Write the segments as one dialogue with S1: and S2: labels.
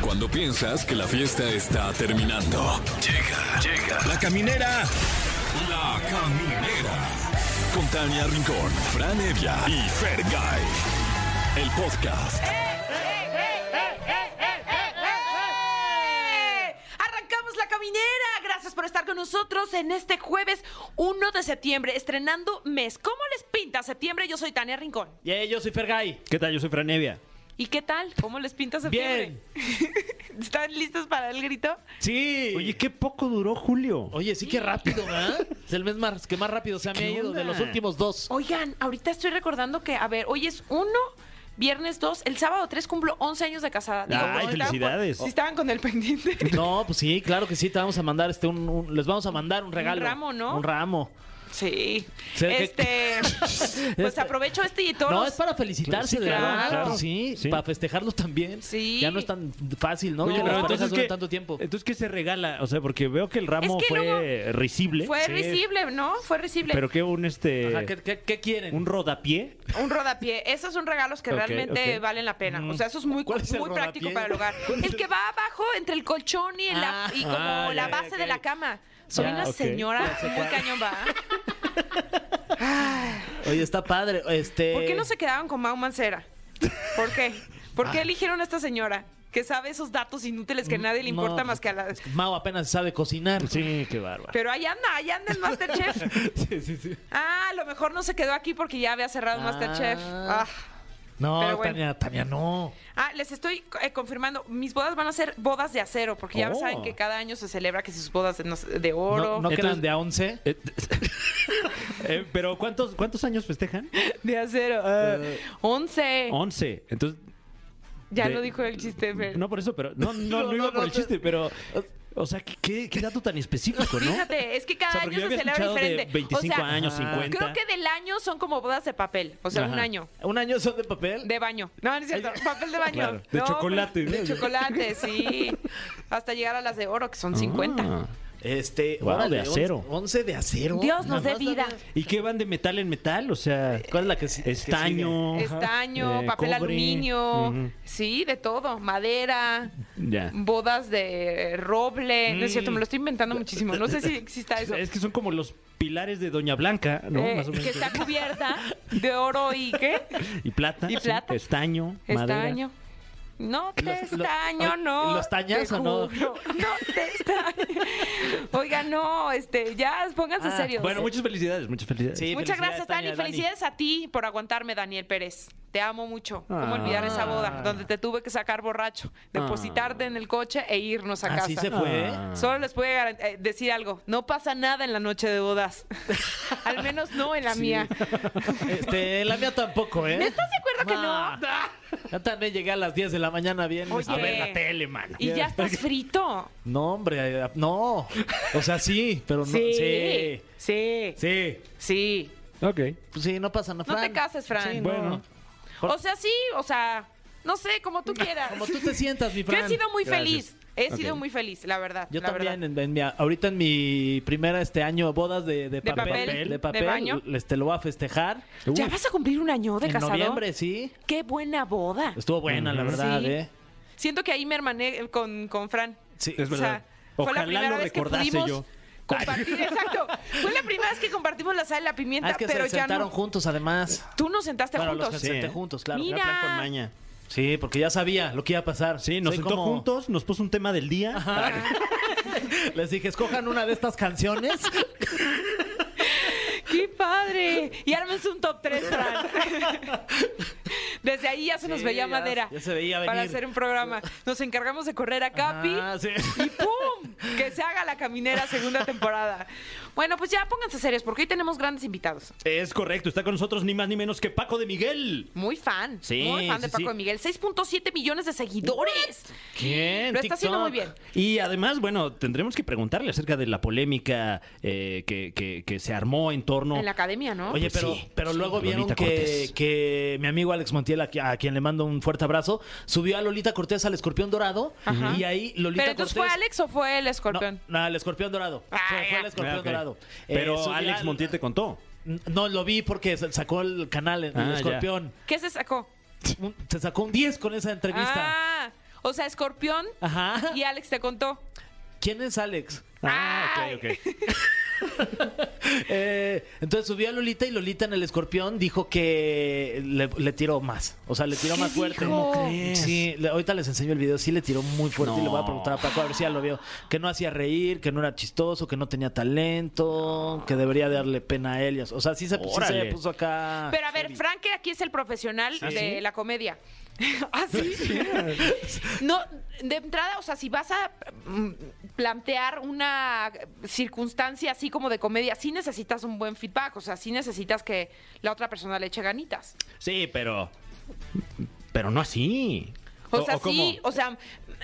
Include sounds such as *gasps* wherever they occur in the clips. S1: Cuando piensas que la fiesta está terminando. Llega, llega. La caminera. La caminera. Con Tania Rincón, Fran Evia y Fer El podcast.
S2: ¡Eh! Arrancamos la caminera. Gracias por estar con nosotros en este jueves 1 de septiembre, estrenando mes. ¿Cómo les pinta septiembre? Yo soy Tania Rincón.
S3: Yeah, yo soy Fergay.
S4: ¿Qué tal? Yo soy Franevia.
S2: ¿Y qué tal? ¿Cómo les pinta septiembre? *laughs* ¿Están listos para el grito?
S3: Sí.
S4: Oye, qué poco duró Julio.
S3: Oye, sí que rápido, ¿verdad? Es el mes más, que más rápido se me ha
S4: ¿Qué
S3: ido de
S4: onda?
S3: los últimos dos.
S2: Oigan, ahorita estoy recordando que, a ver, hoy es 1, viernes 2, el sábado 3 cumplo 11 años de casada.
S4: Ay,
S2: pues, si estaban
S4: felicidades.
S2: con- Si estaban con el pendiente.
S3: No, pues sí, claro que sí, te vamos a mandar este un, un- les vamos a mandar un regalo.
S2: ramo, ¿no?
S3: Un ramo.
S2: Sí.
S3: Sí, que-
S2: Este, pues
S3: Este-
S2: aprovecho este y todos.
S3: No, es para felicitarse,
S4: Sí,
S3: de
S2: claro,
S3: verdad.
S2: claro.
S3: Sí,
S4: Sí.
S3: para festejarlo también.
S2: Sí.
S3: Ya no es tan fácil, ¿no?
S2: Oye,
S3: que
S2: pero
S3: las
S2: entonces
S3: parejas duren
S4: ¿qué-
S3: tanto tiempo.
S4: Entonces, ¿qué se regala? O sea, porque veo que el ramo
S2: Es que
S4: fue risible.
S2: Fue
S4: Sí.
S2: risible, ¿no? Fue risible.
S4: Pero que un este.
S3: Ajá, ¿qué, qué- qué quieren?
S4: un rodapié.
S2: Un rodapié. Esos son regalos que
S4: Ok,
S2: realmente
S4: ok.
S2: valen la pena. O sea, eso es muy,
S3: ¿Cuál es el
S2: muy práctico
S3: rodapié?
S2: para el hogar. El que va abajo entre el colchón y, la-
S3: Ah,
S2: y como
S3: ah,
S2: la
S3: ya,
S2: base
S3: ya,
S2: de
S3: ya.
S2: la cama. Soy
S3: Ya,
S2: una
S4: ok.
S2: señora muy cañón, va.
S3: Oye, está padre. Este
S2: ¿Por qué no se quedaban con Mau Mancera? ¿Por qué? ¿Por qué
S3: Ah.
S2: eligieron a esta señora? Que sabe esos datos inútiles que a nadie le
S3: No,
S2: importa
S3: pues,
S2: más que a la...
S3: Mau apenas sabe cocinar.
S4: Sí, *laughs* qué bárbaro.
S2: Pero ahí anda, ahí anda en
S3: *laughs*
S2: Masterchef.
S3: sí, sí, sí.
S2: Ah, a lo mejor no se quedó aquí porque ya había cerrado
S3: Ah.
S2: Masterchef. Ah.
S3: No,
S2: Pero bueno.
S3: Tania, Tania, no.
S2: Ah, les estoy eh, confirmando, mis bodas van a ser bodas de acero, porque ya
S4: Oh.
S2: saben que cada año se celebra que sus bodas de, no sé, de oro,
S3: No, no
S4: Entonces-
S3: que eran de a 11.
S4: Eh, *laughs* eh, pero ¿cuántos, ¿cuántos años festejan?
S2: de acero. eh, 11.
S4: Once. Entonces.
S2: ya
S4: de-
S2: lo dijo el chiste, Fer.
S4: No por eso, pero. No, no, no,
S3: No,
S4: iba
S3: no,
S4: por
S3: no,
S4: el chiste, pero. O sea, qué, qué dato tan específico, ¿no?
S2: Fíjate, es que cada
S4: O sea, porque
S2: año
S4: yo
S2: se
S4: había
S2: celebra
S4: escuchado
S2: diferente.
S4: de 25
S2: o sea,
S4: años,
S3: Ajá.
S4: 50.
S2: creo que del año son como bodas de papel, o sea, un
S4: Ajá.
S2: año.
S3: Un año son de papel.
S2: De baño. No, no es cierto. Papel de baño.
S4: Claro, de
S2: No,
S4: chocolate,
S2: De
S4: ¿no?
S2: chocolate, sí. Hasta llegar a las de oro, que son 50.
S4: Ah.
S3: Este,
S4: Wow,
S3: órale,
S4: de acero.
S3: 11, de acero.
S2: Dios nos dé
S3: Nada más
S2: vida.
S3: sabías-
S4: ¿Y qué van de metal en metal? O sea,
S3: ¿Cuál es la que si- Eh, que
S4: estaño,
S2: Estaño,
S4: eh,
S2: papel
S4: cobre.
S2: aluminio, Mm,
S4: Ujú.
S2: sí, de todo. Madera.
S4: Ya.
S2: bodas de eh, roble. No es cierto,
S4: Mm.
S2: me lo estoy inventando muchísimo. No sé si exista eso.
S4: Es que son como los pilares de Doña Blanca, ¿no?
S2: Eh,
S4: Más o menos.
S2: que está cubierta de oro y qué?
S4: Y plata.
S2: y
S4: sí,
S2: plata.
S4: Estaño, madera.
S2: Estaño. No te
S3: Los- lo-
S2: estaño,
S3: ay,
S2: no.
S3: ¿los tañas
S2: te
S3: o no?
S2: juro, No te estaño. Oiga, no, este, ya pónganse
S3: Ah,
S2: serios.
S4: Bueno, muchas felicidades, muchas felicidades.
S3: Sí.
S2: Muchas
S3: felicidades,
S2: gracias, Dani.
S3: Tania, Dani.
S2: Felicidades a ti por aguantarme, Daniel Pérez. Te amo mucho. ¿Cómo
S4: Ah.
S2: olvidar esa boda donde te tuve que sacar borracho, depositarte en el coche e irnos a casa?
S3: Ah. Así se fue.
S4: Ah.
S2: Solo les puedo garan- eh, decir algo. No pasa nada en la noche de
S3: *laughs*
S2: bodas. Al menos no en la mía.
S3: *laughs* Este, la mía tampoco, ¿eh?
S2: ¿Estás de acuerdo que no?
S3: *laughs* Ya también llegué a las 10 de la mañana bien.
S2: Oye.
S3: A ver,
S4: La tele, mano.
S2: Y ya estás frito.
S3: no, hombre, eh, no. O sea, sí, pero no. Sí.
S2: Sí. Sí. Sí.
S3: Sí.
S4: Ok.
S3: Pues sí, no pasa nada.
S2: No te cases, Fran.
S3: Sí, no.
S4: Bueno.
S2: O sea, sí, o sea, no sé, como tú quieras.
S3: Como tú te sientas,
S2: *laughs*
S3: mi
S2: Yo
S3: Fran.
S2: he sido muy
S4: Gracias.
S2: feliz. He
S4: Ok.
S2: sido muy feliz, la verdad.
S3: Yo
S2: la
S3: también,
S2: verdad.
S3: en, en mi, ahorita en mi primera este año bodas de, de
S2: De
S3: papel,
S2: papel, de
S3: de papel,
S2: baño.
S3: este, lo voy a festejar.
S2: ¿Ya vas a cumplir un año de
S3: en
S2: casado?
S3: noviembre, sí.
S2: Qué buena boda.
S3: Estuvo buena, la
S4: Ujú.
S3: verdad,
S2: Sí.
S3: ¿eh?
S2: Siento que ahí me hermané eh, con, con Fran.
S3: Sí,
S4: Es
S2: O sea,
S4: verdad.
S2: fue la
S4: Ojalá
S2: primera
S4: lo
S2: vez que
S4: recordase
S2: pudimos
S4: yo. *laughs*
S2: compartir, exacto. Fue la primera vez que compartimos la sal y la pimienta,
S3: Ah, es que
S2: pero
S3: se
S2: ya
S3: sentaron
S2: no.
S3: juntos, además.
S2: Tú nos sentaste
S3: Bueno, los
S2: juntos.
S3: que
S4: Sí,
S3: senté
S4: ¿eh?
S3: juntos, claro.
S2: Mira.
S4: Ya plan con maña.
S3: Sí, porque ya sabía lo que iba a pasar.
S4: Sí,
S3: Soy
S4: nos sentó
S3: como- Ah.
S4: juntos, Ah. nos puso un tema del día.
S3: *laughs* Les dije, escojan una de estas canciones.
S2: ¡Qué padre! Y ármense un top 3,
S3: *laughs*
S2: Fran. Desde ahí ya se nos
S3: Sí,
S2: veía
S3: ya-
S2: madera.
S3: ya se veía
S2: Para
S3: venir.
S2: hacer un programa. Nos encargamos de correr *laughs* a Capi.
S3: Ah, sí.
S2: Y ¡pum! Que se haga la caminera segunda temporada. Bueno, pues ya pónganse serios, porque hoy tenemos grandes invitados.
S4: Es correcto, está con nosotros ni más ni menos que Paco de Miguel.
S2: Muy fan.
S4: Sí,
S2: muy fan de
S4: sí,
S2: Paco
S4: sí.
S2: de Miguel. 6.7 millones de seguidores.
S4: ¿Quién?
S2: Lo está haciendo muy bien.
S4: Y además, bueno, tendremos que preguntarle acerca de la polémica eh, que, que- que se armó en torno
S2: En la academia, ¿no?
S3: Oye,
S4: Pues
S3: pero,
S4: sí,
S3: pero
S4: sí.
S3: luego vieron
S4: Lolita
S3: que,
S4: Cortés.
S3: que mi amigo Alex Montiel, a, qui- a quien le mando un fuerte abrazo, subió a Lolita Cortés al escorpión dorado.
S2: Ajá.
S3: Y ahí Lolita
S2: ¿Pero
S3: Cortés.
S2: entonces fue Alex o fue el
S3: No,
S2: escorpión?
S3: No, el escorpión dorado. Fue-
S2: Ah,
S3: fue,
S2: ya.
S3: el escorpión
S4: Ah, ok.
S3: dorado. Eh,
S4: Pero
S3: subió
S4: Alex
S3: al-
S4: Montiel te contó.
S3: No, lo vi porque se- sacó el canal, el
S4: Ah, ya.
S3: escorpión.
S2: ¿Qué se sacó?
S3: Un- se sacó un 10 con esa entrevista.
S2: Ah, o O sea, Escorpión
S3: Ajá.
S2: y Alex te contó.
S3: ¿Quién es Alex? *laughs*
S4: Ah, ok, ok.
S3: Eh, entonces subí a Lolita y Lolita en el escorpión dijo que le, le tiró más. O sea, le tiró
S2: ¿Qué
S3: más fuerte.
S2: dijo? ¿Cómo
S4: crees?
S3: Sí, le- ahorita les enseño el video. Sí, le tiró muy fuerte y le voy a
S4: No.
S3: preguntar a Paco a ver si ya lo vio. Que no hacía reír, que no era chistoso, que no tenía talento, que debería darle pena a él. O sea, sí se, sí se
S4: Órale.
S3: puso acá.
S2: Pero a ver, Frank, que aquí es el profesional
S4: ¿Ah,
S2: de
S4: sí?
S2: la comedia. *laughs* ¿Ah, sí? No, de entrada, o sea, si vas a mm, plantear una circunstancia así como de comedia, sí necesitas un buen feedback, o sea, sí necesitas que la otra persona le eche ganitas.
S4: Sí, pero. Pero no así.
S2: O sea, sí,
S4: cómo?
S2: o sea,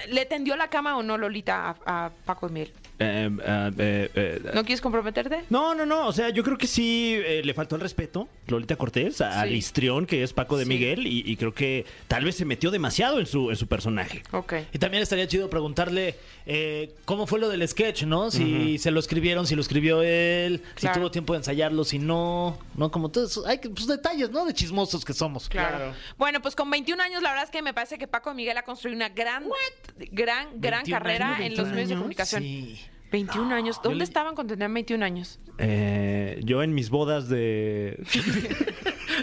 S2: ¿le tendió la cama o no Lolita a, a Paco Emil?
S4: Eh, eh, eh, eh,
S2: ¿No quieres comprometerte?
S4: No, no, no. O sea, yo creo que sí eh, le faltó el respeto, Lolita Cortés, a- al
S2: Sí.
S4: histrión que es Paco de
S2: Sí.
S4: Miguel. Y, y creo que tal vez se metió demasiado en su, en su personaje.
S2: Ok.
S3: Y también estaría chido preguntarle eh, cómo fue lo del sketch, ¿no? Si se lo escribieron, si lo escribió él,
S2: Claro.
S3: si tuvo tiempo de ensayarlo, si no, ¿no? Como todos esos- hay que- pues, detalles, ¿no? De chismosos que somos.
S2: Claro. Bueno, pues con 21 años, la verdad es que me parece que Paco de Miguel ha construido una gran, gran, gran
S3: 21
S2: carrera
S3: años,
S2: en los medios
S3: 21
S2: de
S3: años,
S2: comunicación.
S3: Sí.
S2: 21 años.
S4: yo
S2: ¿Dónde
S4: le-
S2: estaban cuando tenían 21
S4: *laughs*
S2: años?
S4: Eh, yo en mis bodas de. *laughs*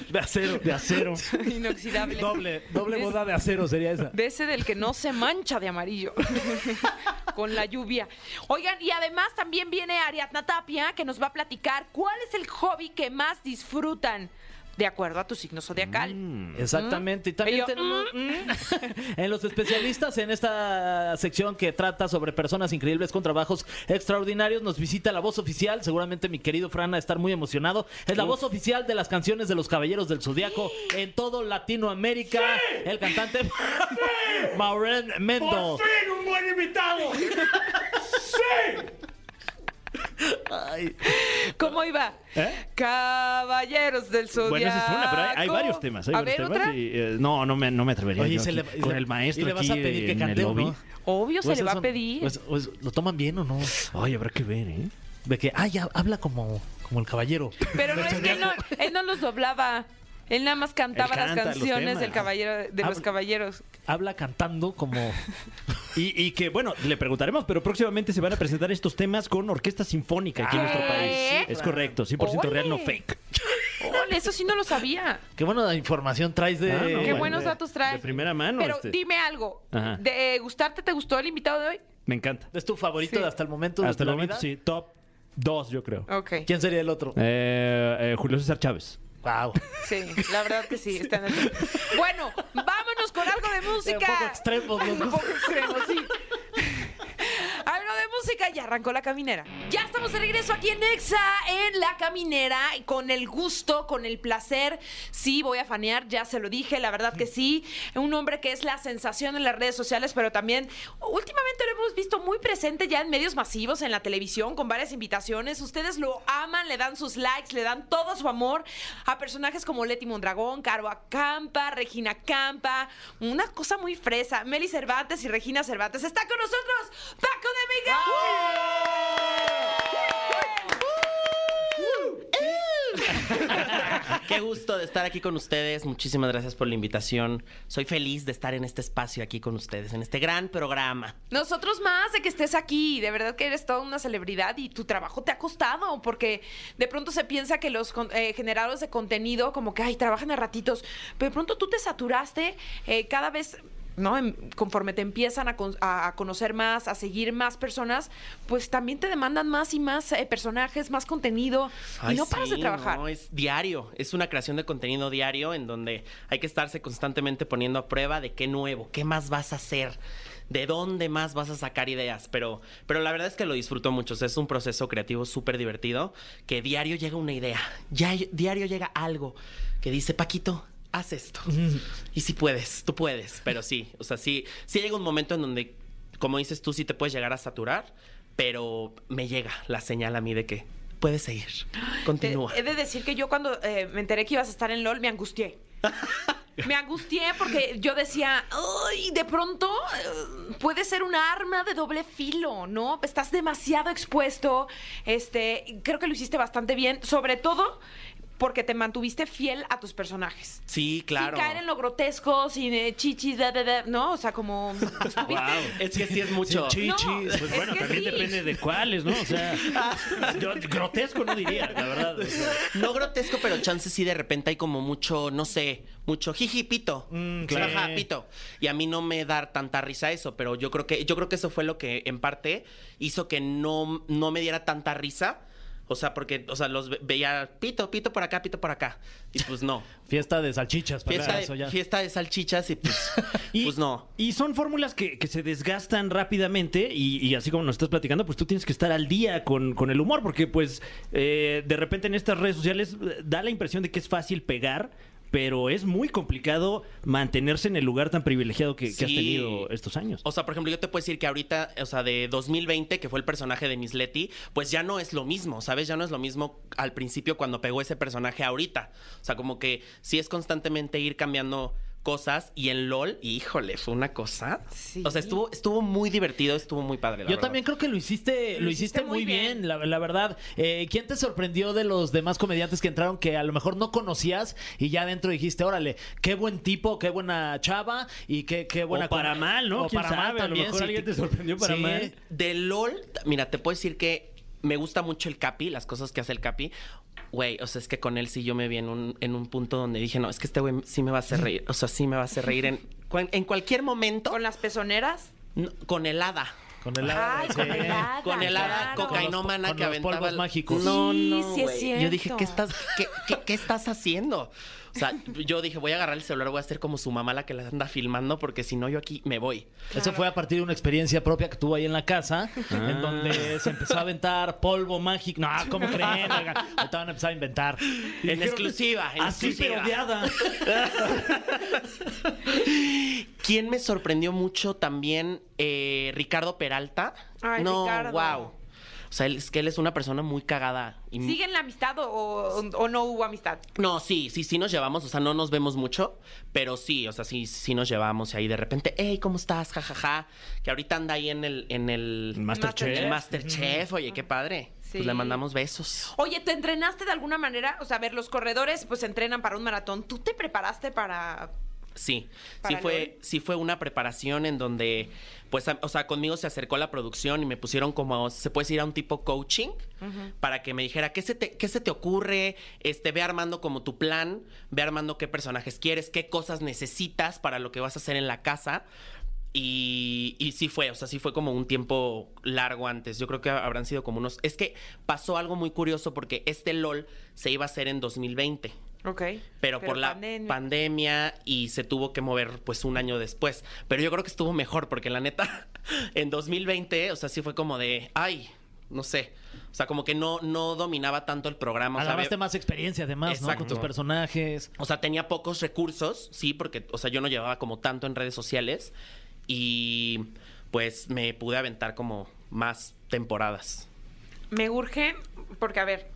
S3: De acero.
S4: de acero.
S2: Inoxidable.
S3: Doble, doble boda de acero sería esa.
S2: De ese del que no se mancha de
S4: *laughs*
S2: amarillo con la lluvia. Oigan, y además también viene Ariadna Tapia que nos va a platicar cuál es el hobby que más disfrutan de acuerdo a tu signo zodiacal.
S4: Mm.
S3: Exactamente. Y también
S2: Y yo,
S3: tenemos mm, *laughs* en los especialistas en esta sección que trata sobre personas increíbles con trabajos extraordinarios. Nos visita la voz oficial. Seguramente mi querido Fran a estar muy emocionado. Es la voz oficial de las canciones de los Caballeros del Zodiaco en todo Latinoamérica. El cantante *laughs* Maureen Mendo.
S5: fin, un buen invitado! ¡Sí!
S3: Ay,
S2: ¿Cómo iba?
S4: ¿Eh?
S2: Caballeros del Zodiaco.
S4: Bueno, esa es una, pero hay, hay varios temas. Hay
S2: a
S4: varios
S2: ver,
S4: temas
S2: otra.
S4: y, eh, no, no me, no me atrevería.
S3: Oye,
S4: yo
S3: se
S4: aquí
S3: le va- y
S4: con
S3: le-
S4: el maestro
S3: y le vas
S4: aquí
S3: a pedir que
S4: en
S3: cante,
S4: el
S3: ¿o
S4: lobby.
S3: no?
S2: Obvio
S3: o
S2: se le
S3: esas
S2: va a
S3: son-
S2: pedir.
S3: o
S4: pues,
S3: es- o es- ¿Lo toman bien o no?
S4: Ay, habrá que ver, ¿eh?
S3: De que, ah, ya habla como, como el caballero.
S2: Pero no es que él no, él no los doblaba. Él nada más cantaba
S4: Él
S2: las
S4: canta los
S2: canciones
S4: temas. Ah,
S2: del caballero de los
S3: Habla-
S2: caballeros.
S3: Habla cantando como.
S4: Y, y que, bueno, le preguntaremos, pero próximamente se van a presentar estos temas con orquesta sinfónica aquí en nuestro
S2: ¿Qué?
S4: país. Es correcto, 100% real, no
S2: Ole.
S4: fake.
S2: Órale, eso sí no lo sabía.
S3: Qué buena información traes de.
S4: Ah, no,
S2: Qué
S4: bueno,
S2: buenos
S4: de-
S2: datos trae.
S4: de primera mano,
S2: Pero
S4: este.
S2: dime algo.
S4: Ajá.
S2: De gustarte, ¿te gustó el invitado de hoy?
S4: Me encanta.
S3: ¿Es tu favorito
S2: Sí.
S3: de hasta el momento? de
S4: Hasta el
S3: la
S4: momento,
S3: vida?
S4: sí. Top 2, yo creo.
S2: Ok.
S3: ¿Quién sería el otro?
S4: Eh, eh, Julio César Chávez.
S3: Wow.
S2: Sí, la verdad que sí. Está en el... Bueno, vámonos con algo de música.
S3: Un poco extremo, ¿no?
S2: Un poco extremo, sí. Algo de música y arrancó la caminera. Ya estamos de regreso aquí en Exa, en la caminera, y con el gusto, con el placer. Sí, voy a fanear, ya se lo dije, la verdad que sí. Un hombre que es la sensación en las redes sociales, pero también últimamente lo hemos visto muy presente ya en medios masivos, en la televisión, con varias invitaciones. Ustedes lo aman, le dan sus likes, le dan todo su amor a personajes como Leti Mondragón, Caro Acampa, Regina Campa, una cosa muy fresa. Meli Cervantes y Regina Cervantes. Está con nosotros Paco de Miguel.
S6: Qué gusto de estar aquí con ustedes. Muchísimas gracias por la invitación. Soy feliz de estar en este espacio aquí con ustedes, en este gran programa.
S2: Nosotros más de que estés aquí, de verdad que eres toda una celebridad y tu trabajo te ha costado, porque de pronto se piensa que los con- eh, generadores de contenido como que, ay, trabajan a ratitos, pero de pronto tú te saturaste eh, cada vez... ¿no? Em- conforme te empiezan a, con- a- a conocer más, a seguir más personas, pues también te demandan más y más eh, personajes, más contenido. y
S6: Ay,
S2: no paras de
S6: sí,
S2: trabajar.
S6: no, es diario, es una creación de contenido diario en donde hay que estarse constantemente poniendo a prueba de qué nuevo, qué más vas a hacer, de dónde más vas a sacar ideas. Pero, pero la verdad es que lo disfruto mucho. O sea, es un proceso creativo súper divertido que diario llega una idea, ya, diario llega algo que dice, Paquito. Haz esto. Y si puedes, tú puedes. Pero sí, o sea, sí, sí llega un momento en donde, como dices tú, sí te puedes llegar a saturar, pero me llega la señal a mí de que puedes seguir.
S2: Te-
S6: Continúa.
S2: he de decir que yo cuando eh, me enteré que ibas a estar en LOL me
S6: *laughs*
S2: angustié. Me angustié porque yo decía, ay, de pronto eh, puede ser un arma de doble filo, ¿no? Estás demasiado expuesto. Este, creo que lo hiciste bastante bien, sobre todo porque te mantuviste fiel a tus personajes.
S6: Sí, claro.
S2: Sin caer en lo grotesco, sin eh, chichis, da, da, da, no, o sea,
S6: *laughs*
S2: como...
S6: Es que sí es mucho.
S4: Sí, chichis.
S2: No,
S4: pues
S2: es
S4: bueno,
S2: que
S4: también
S2: sí.
S4: depende de cuáles, ¿no? O sea, yo grotesco no diría, la verdad. o sea.
S6: No grotesco, pero chance sí de repente hay como mucho, no sé, mucho jiji pito.
S4: Mm, claro.
S6: Ajá,
S4: Sí.
S6: pito. Y a mí no me da tanta risa eso, pero yo creo que yo creo que eso fue lo que en parte hizo que no no me diera tanta risa. O sea, porque o sea, los ve- veía pito, pito por acá, pito por acá. Y pues *laughs* no.
S3: Fiesta de salchichas, para
S6: Fiesta,
S3: eso
S6: de,
S3: ya.
S6: fiesta de salchichas *laughs* y pues,
S4: Y,
S6: pues no.
S4: Y son fórmulas que, que se desgastan rápidamente y, y así como nos estás platicando, pues tú tienes que estar al día con, con el humor porque pues eh, de repente en estas redes sociales eh, da la impresión de que es fácil pegar. Pero es muy complicado mantenerse en el lugar tan privilegiado que, que has
S6: Sí.
S4: tenido estos años.
S6: O sea, por ejemplo, yo te puedo decir que ahorita, o sea, de 2020, que fue el personaje de Miss Letty, pues ya no es lo mismo, ¿sabes? Ya no es lo mismo al principio cuando pegó ese personaje ahorita. O sea, como que sí es constantemente ir cambiando cosas y en LOL, híjole, fue una cosa.
S2: Sí.
S6: O sea, estuvo, estuvo muy divertido, estuvo muy padre. la
S3: Yo
S6: verdad.
S3: también creo que lo hiciste, lo, hiciste, muy bien, la, la verdad. Eh, ¿Quién te sorprendió de los demás comediantes que entraron que a lo mejor no conocías y ya adentro dijiste, órale, qué buen tipo, qué buena chava y qué, qué buena...
S4: O para
S3: com-
S4: mal, ¿no?
S3: O
S4: ¿Quién
S3: para mal
S4: sabe? A lo
S3: también.
S4: mejor
S3: sí,
S4: alguien
S3: que-
S4: te sorprendió para
S3: sí.
S4: mal.
S6: De LOL, t- mira, te puedo decir que me gusta mucho el Capi, las cosas que hace el Capi. Güey, o sea, es que con él sí yo me vi en un, en un punto donde dije, no, es que este güey sí me va a hacer reír. O sea, sí me va a hacer reír en, cuan- en cualquier momento.
S2: Con las pezoneras.
S6: No, con helada.
S3: Con el hada,
S2: Ay,
S3: sí.
S2: con el hada,
S6: *laughs* Con helada
S2: claro. Con
S6: cocainómana
S3: los-
S6: que
S3: con los
S6: aventaba.
S3: polvos
S6: el-
S3: mágicos.
S6: No,
S2: Sí,
S6: no,
S2: sí es
S6: güey.
S2: cierto.
S6: Yo dije, ¿qué estás, qué, qué- qué estás haciendo? O sea, yo dije, voy a agarrar el celular, voy a ser como su mamá la que la anda filmando, porque si no, yo aquí me voy.
S3: Eso fue a partir de una experiencia propia que tuvo ahí en la casa, en donde se empezó a aventar polvo mágico. No, ¿cómo creen? Oigan, ahorita van a empezar a inventar.
S6: En exclusiva, en
S4: Así
S6: exclusiva.
S4: perodeada.
S6: ah. ¿Quién me sorprendió mucho también? Eh, Ricardo Peralta.
S2: Ay,
S6: no,
S2: Ricardo.
S6: wow. O sea, él- es que él es una persona muy cagada. Y
S2: ¿Siguen la amistad o, o- o no hubo amistad?
S6: No, sí, sí, sí nos llevamos, o sea, no nos vemos mucho, pero sí, o sea, sí, sí nos llevamos y ahí de repente, hey, ¿cómo estás? Ja, ja, ja. Que ahorita anda ahí en el, en el
S2: Masterchef.
S6: en el Masterchef, oye, qué padre.
S2: Sí.
S6: Pues le mandamos besos.
S2: Oye, ¿te entrenaste de alguna manera? O sea, a ver, los corredores pues se entrenan para un maratón. ¿Tú te preparaste para...?
S6: Sí, sí
S2: ¿Para
S6: fue,
S2: LOL?
S6: sí fue una preparación en donde, pues, a- o sea, conmigo se acercó la producción y me pusieron como, se puede decir, a un tipo coaching para que me dijera, ¿qué se, te, ¿qué se te ocurre? Este, ve armando como tu plan, ve armando qué personajes quieres, qué cosas necesitas para lo que vas a hacer en la casa. Y, y sí fue, o sea, sí fue como un tiempo largo antes. Yo creo que habrán sido como unos... Es que pasó algo muy curioso porque este LOL se iba a hacer en 2020
S2: Ok.
S6: pero, por la pandemia.
S2: pandemia.
S6: y se tuvo que mover pues un año después. Pero yo creo que estuvo mejor porque la neta *laughs* en 2020, o sea, sí fue como de, ay, no sé, o sea, como que no no dominaba tanto el programa, o sea,
S3: Agarraste
S6: había-
S3: más experiencia además, ¿no? Con tus
S6: Exacto.
S3: personajes.
S6: o sea, tenía pocos recursos, sí, porque o sea, yo no llevaba como tanto en redes sociales y pues me pude aventar como más temporadas.
S2: Me urge, porque a ver,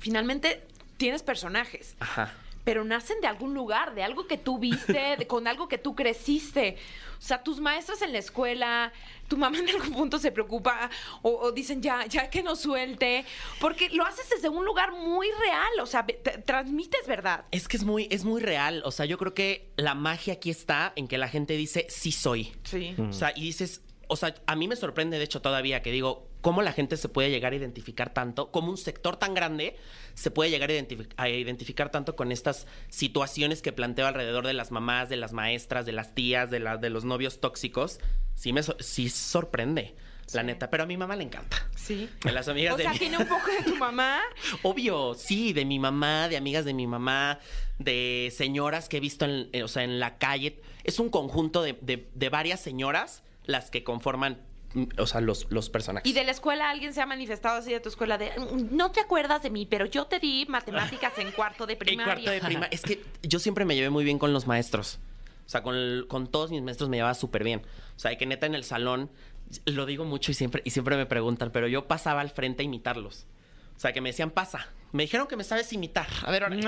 S2: finalmente tienes personajes.
S6: Ajá.
S2: pero nacen de algún lugar, de algo que tú *laughs* viste, de- con algo que tú creciste. O sea, tus maestras en la escuela, tu mamá en algún punto se preocupa o, o dicen ya, ya que nos suelte, porque lo haces desde un lugar muy real, o sea, ve- te- transmites verdad.
S6: Es que es muy es muy real, o sea, yo creo que la magia aquí está en que la gente dice sí soy.
S2: Sí.
S6: O sea, y dices, o sea, a mí me sorprende de hecho todavía que digo, ¿cómo la gente se puede llegar a identificar tanto? ¿Cómo un sector tan grande se puede llegar a, identifi- a identificar tanto con estas situaciones que planteo alrededor de las mamás, de las maestras, de las tías, de, la- de los novios tóxicos? Sí, me sor- sí sorprende, la neta. Pero a mi mamá le encanta.
S2: Sí.
S6: De las amigas
S2: O
S6: de
S2: sea,
S6: mi-
S2: tiene un poco de tu mamá.
S6: Obvio, sí, de mi mamá, de amigas de mi mamá, de señoras que he visto en, eh, o sea, en la calle. Es un conjunto de, de- de varias señoras las que conforman, mm, o sea, los, los personajes.
S2: Y de la escuela alguien se ha manifestado así de tu escuela de, "Mm, no te acuerdas de mí, pero yo te di matemáticas en cuarto de
S6: En
S2: primaria.
S6: cuarto de prima. Es que yo siempre me llevé muy bien con los maestros. O sea, con, el- con todos mis maestros me llevaba súper bien. O sea, de que neta en el salón, lo digo mucho y siempre, y siempre me preguntan, pero yo pasaba al frente a imitarlos. O sea, que me decían, pasa. Me dijeron que me sabes imitar. A ver, órale.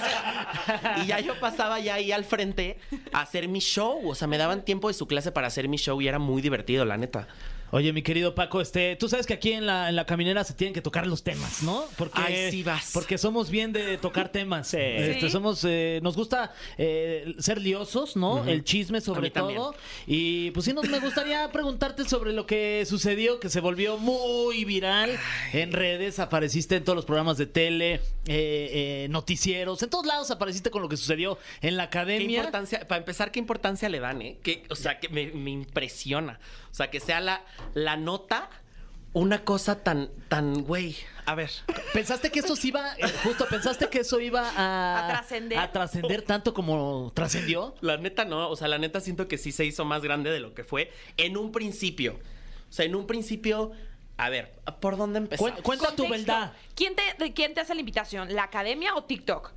S6: Pasa. y ya yo pasaba ya ahí al frente a hacer mi show. O sea, me daban tiempo de su clase para hacer mi show y era muy divertido, la neta.
S3: Oye, mi querido Paco, este, tú sabes que aquí en la, en la caminera se tienen que tocar los temas, ¿no? Porque,
S6: Ay, sí vas.
S3: Porque somos bien de tocar temas. Este,
S2: Sí.
S3: somos, eh, nos gusta eh, ser liosos, ¿no? El chisme
S6: A
S3: sobre
S6: mí también.
S3: todo. Y pues sí, nos, me gustaría *laughs* preguntarte sobre lo que sucedió, que se volvió muy viral en redes, apareciste en todos los programas de tele, eh, eh, noticieros, en todos lados apareciste con lo que sucedió en la
S6: ¿Qué
S3: academia.
S6: importancia, para empezar, ¿qué importancia le dan, eh? Que, o sea, que me, me impresiona. O sea, que sea la, la nota una cosa tan, tan, güey. A ver,
S3: ¿Pensaste que eso sí iba, eh, justo pensaste que eso iba
S2: A
S3: a,
S2: trascender.
S3: a trascender tanto como trascendió?
S6: la neta no. O sea, la neta siento que sí se hizo más grande de lo que fue en un principio. O sea, en un principio, a ver, ¿por dónde empezamos?
S3: Cuen- cuenta tu
S2: Contexto.
S3: beldad.
S2: ¿Quién te, de ¿Quién te hace la invitación? ¿La academia o TikTok?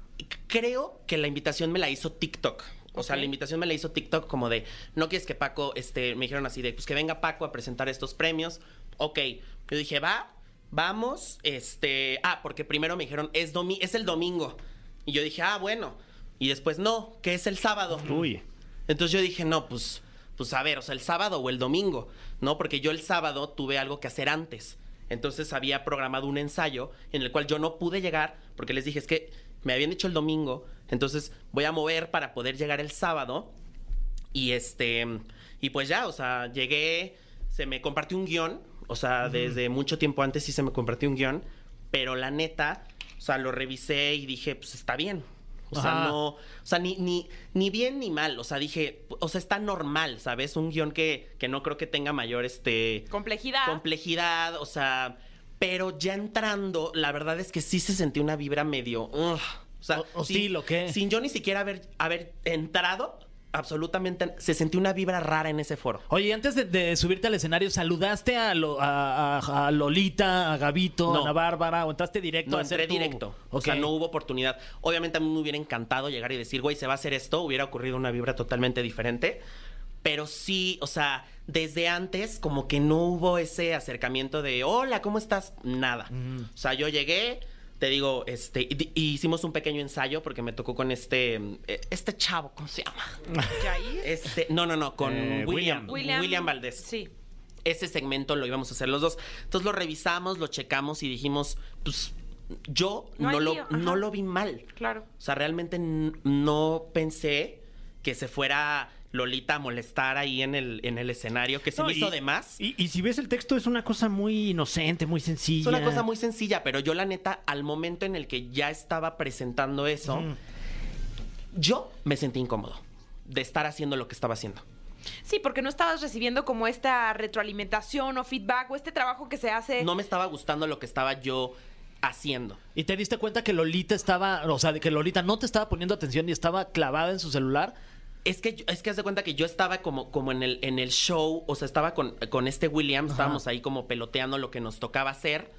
S6: creo que la invitación me la hizo TikTok. O sea,
S2: Ok.
S6: la invitación me la hizo TikTok como de, no quieres que Paco, este, me dijeron así de, pues que venga Paco a presentar estos premios. Ok, yo dije, va, vamos, este, ah, porque primero me dijeron, es, domi es el domingo. Y yo dije, ah, bueno. Y después, no, que es el sábado.
S4: *laughs* Uy.
S6: Entonces yo dije, no, pues, pues a ver, o sea, el sábado o el domingo, ¿no? Porque yo el sábado tuve algo que hacer antes. Entonces había programado un ensayo en el cual yo no pude llegar porque les dije, es que me habían dicho el domingo, entonces voy a mover para poder llegar el sábado. Y este, y pues ya, o sea, llegué, se me compartió un guión, o sea, desde mucho tiempo antes sí se me compartió un guión, pero la neta, o sea, lo revisé y dije, pues está bien. O sea,
S3: Ajá.
S6: no, o sea, ni, ni, ni bien ni mal, o sea, dije, o sea, está normal, ¿sabes? Un guión que, que no creo que tenga mayor, este,
S2: Complejidad.
S6: complejidad, o sea, pero ya entrando, la verdad es que sí se sentía una vibra medio, ugh, o sea,
S3: O- hostil,
S6: sin-
S3: ¿o qué?
S6: Sin yo ni siquiera haber, haber entrado, absolutamente, se sentía una vibra rara en ese foro.
S3: Oye, y antes de, de subirte al escenario, ¿saludaste a, lo- a- a- a Lolita, a Gabito, a
S6: No.
S3: Ana Bárbara o entraste directo
S6: No
S3: a hacer
S6: entré
S3: tu-
S6: directo. O
S3: Ok.
S6: sea, no hubo oportunidad. Obviamente a mí me hubiera encantado llegar y decir, güey, se va a hacer esto. Hubiera ocurrido una vibra totalmente diferente. Pero sí, o sea, desde antes como que no hubo ese acercamiento de, hola, ¿cómo estás? Nada. O sea, yo llegué, te digo, este, y- y hicimos un pequeño ensayo porque me tocó con este, eh, este chavo, ¿cómo se llama?
S2: ¿Yair?
S6: Este, no, no, no, con
S4: Eh,
S6: William, William. Valdés
S2: Sí.
S6: ese segmento lo íbamos a hacer los dos. Entonces lo revisamos, lo checamos y dijimos, pues yo
S2: No
S6: no,
S2: hay lío,
S6: lo,
S2: ajá.
S6: no lo vi mal.
S2: Claro.
S6: O sea, realmente n- no pensé que se fuera Lolita a molestar ahí en el, en el escenario, que se
S4: No,
S6: me
S4: y-
S6: hizo de más.
S4: Y, y si ves el texto, es una cosa muy inocente, muy sencilla.
S6: Es una cosa muy sencilla, pero yo la neta, al momento en el que ya estaba presentando eso, yo me sentí incómodo de estar haciendo lo que estaba haciendo.
S2: Sí, porque no estabas recibiendo como esta retroalimentación o feedback o este trabajo que se hace.
S6: No me estaba gustando lo que estaba yo haciendo.
S3: ¿Y te diste cuenta que Lolita estaba, o sea, de que Lolita no te estaba poniendo atención y estaba clavada en su celular?
S6: Es que, yo- es que haz de cuenta que yo estaba como, como en, el, en el show, o sea, estaba con, con este William, estábamos ahí como peloteando lo que nos tocaba hacer.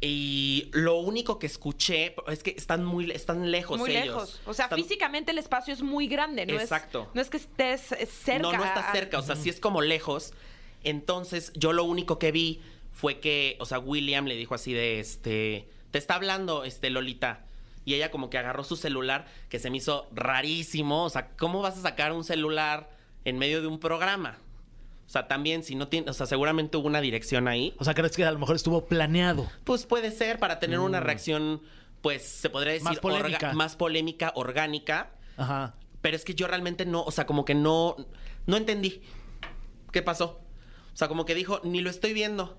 S6: Y lo único que escuché es que están muy están lejos
S2: muy
S6: ellos.
S2: lejos. O sea,
S6: Están-
S2: físicamente el espacio es muy grande, ¿no? es-
S6: Exacto.
S2: no es que estés eh, cerca.
S6: No, no está
S2: a-
S6: cerca, o sea, sí es como lejos. Entonces, yo lo único que vi fue que, o sea, William le dijo así de, este, te está hablando, este, Lolita. Y ella como que agarró su celular, que se me hizo rarísimo. O sea, ¿cómo vas a sacar un celular en medio de un programa? O sea, también si no tiene, o sea, seguramente hubo una dirección ahí.
S3: O sea, ¿crees que a lo mejor estuvo planeado?
S6: Pues puede ser para tener una reacción, pues se podría decir,
S3: Mm. Más polémica.
S6: orga- más polémica orgánica.
S3: Ajá.
S6: Pero es que yo realmente no, o sea, como que no, no entendí qué pasó. O sea, como que dijo, ni lo estoy viendo.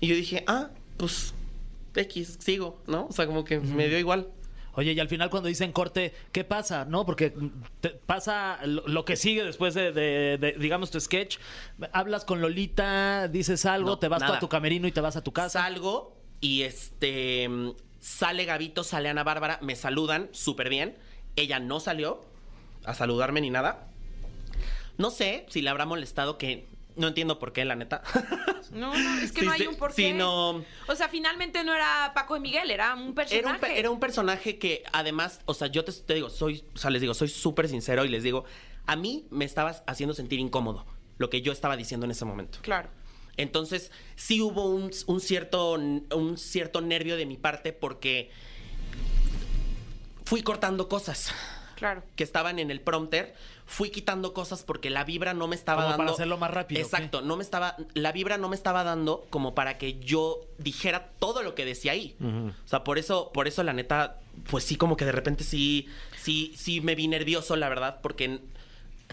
S6: Y yo dije, ah, pues, X, sigo, ¿no? O sea, como que me dio igual.
S3: Oye, y al final cuando dicen corte, ¿qué pasa? ¿No? Porque mm, te- pasa lo, lo que sigue después de, de- de, digamos, tu sketch. Hablas con Lolita, dices algo,
S6: No,
S3: te vas tú a
S6: nada.
S3: tu camerino y te vas a tu casa.
S6: Salgo y este, mm, sale Gabito, sale Ana Bárbara, me saludan súper bien. Ella no salió a saludarme ni nada. No sé si le habrá molestado que, no entiendo por qué, la neta.
S2: No, no, es que
S6: Sí,
S2: no hay
S6: sí,
S2: un porqué.
S6: sí, no.
S2: O sea, finalmente no era Paco de Miguel, era un personaje.
S6: Era un, pe- era un personaje que además, o sea, yo te, te digo, soy, o sea, les digo, soy súper sincero y les digo, a mí me estabas haciendo sentir incómodo lo que yo estaba diciendo en ese momento.
S2: Claro.
S6: Entonces, sí hubo un, un cierto, un cierto nervio de mi parte porque fui cortando cosas.
S2: Claro.
S6: que estaban en el prompter, fui quitando cosas porque la vibra no me estaba
S7: Como para
S6: dando.
S7: hacerlo más rápido, ¿o qué?
S6: Exacto, no me estaba. La vibra no me estaba dando como para que yo dijera todo lo que decía ahí. O sea, por eso, por eso la neta, pues sí, como que de repente sí, sí, sí me vi nervioso, la verdad, porque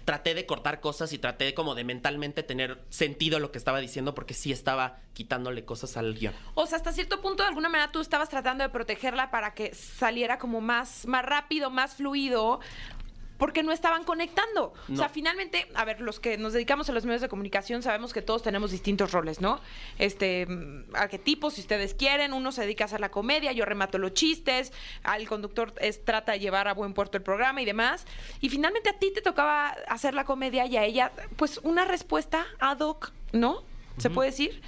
S6: traté de cortar cosas y traté de como de mentalmente tener sentido lo que estaba diciendo porque sí estaba quitándole cosas al guión.
S2: O sea, hasta cierto punto, de alguna manera, tú estabas tratando de protegerla para que saliera como más, más rápido, más fluido. Porque no estaban conectando. O sea,
S6: No.
S2: finalmente, a ver, los que nos dedicamos a los medios de comunicación sabemos que todos tenemos distintos roles, ¿no? Este, mm, arquetipos, si ustedes quieren. Uno se dedica a hacer la comedia, yo remato los chistes, al conductor es, trata de llevar a buen puerto el programa y demás. Y finalmente a ti te tocaba hacer la comedia y a ella, pues, una respuesta ad hoc, ¿no? Se puede decir.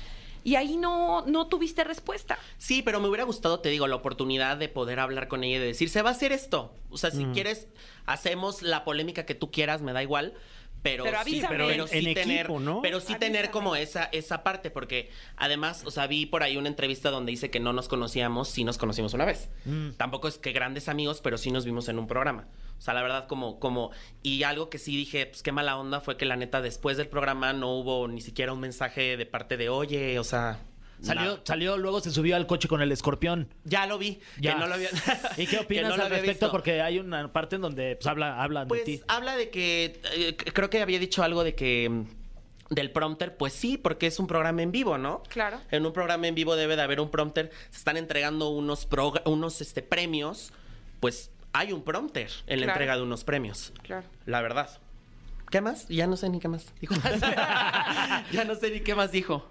S2: Y ahí no, no tuviste respuesta.
S6: Sí, pero me hubiera gustado, te digo, la oportunidad de poder hablar con ella y de decir, se va a hacer esto. O sea, si quieres, hacemos la polémica que tú quieras, me da igual. Pero,
S2: Pero
S6: sí,
S2: avísame.
S6: pero,
S2: En-
S6: sí
S4: en
S6: tener,
S4: equipo, ¿no?
S6: pero sí tener
S2: Avísame.
S6: como esa, esa parte, porque además, o sea, vi por ahí una entrevista donde dice que no nos conocíamos, sí nos conocimos una vez. Tampoco es que grandes amigos, pero sí nos vimos en un programa. O sea, la verdad, como, como, y algo que sí dije, pues qué mala onda fue que la neta, después del programa no hubo ni siquiera un mensaje de parte de, oye, o sea.
S3: Salió,
S6: nada.
S3: salió, luego se subió al coche con el escorpión.
S6: Ya lo vi.
S3: Ya.
S6: Que no lo había-
S3: *laughs*
S6: *laughs*
S3: ¿Y
S6: que
S3: qué
S6: no
S3: opinas
S6: lo
S3: al
S6: había
S3: respecto?
S6: visto.
S3: Porque hay una parte en donde pues, habla, hablan de
S6: Pues
S3: ti.
S6: habla de que. eh, c- creo que había dicho algo de que. mm, Del prompter, pues sí, porque es un programa en vivo, ¿no?
S2: Claro.
S6: En un programa en vivo debe de haber un prompter. Se están entregando unos, prog- unos este, premios. Pues hay un prompter en la
S2: Claro.
S6: entrega de unos premios.
S2: Claro.
S6: La verdad. ¿Qué más? Ya no sé ni qué más
S2: *laughs*
S6: dijo. *laughs* ya no sé ni qué más dijo.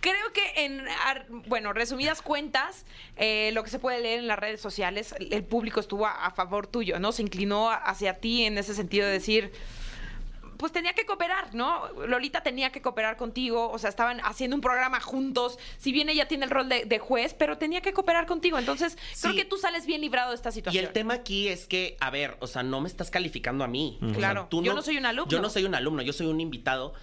S2: Creo que en, ar- bueno, resumidas cuentas, eh, lo que se puede leer en las redes sociales, el el público estuvo a, a favor tuyo, ¿no? Se inclinó a- hacia ti en ese sentido de decir, pues tenía que cooperar, ¿no? Lolita tenía que cooperar contigo, o sea, estaban haciendo un programa juntos, si bien ella tiene el rol de, de juez, pero tenía que cooperar contigo, entonces creo
S6: Sí.
S2: que tú sales bien librado de esta
S6: Y
S2: situación.
S6: el tema aquí es que, a ver, o sea, no me estás calificando a mí. O sea,
S2: Claro, yo no soy un alumno.
S6: Yo no soy un alumno, yo soy un invitado.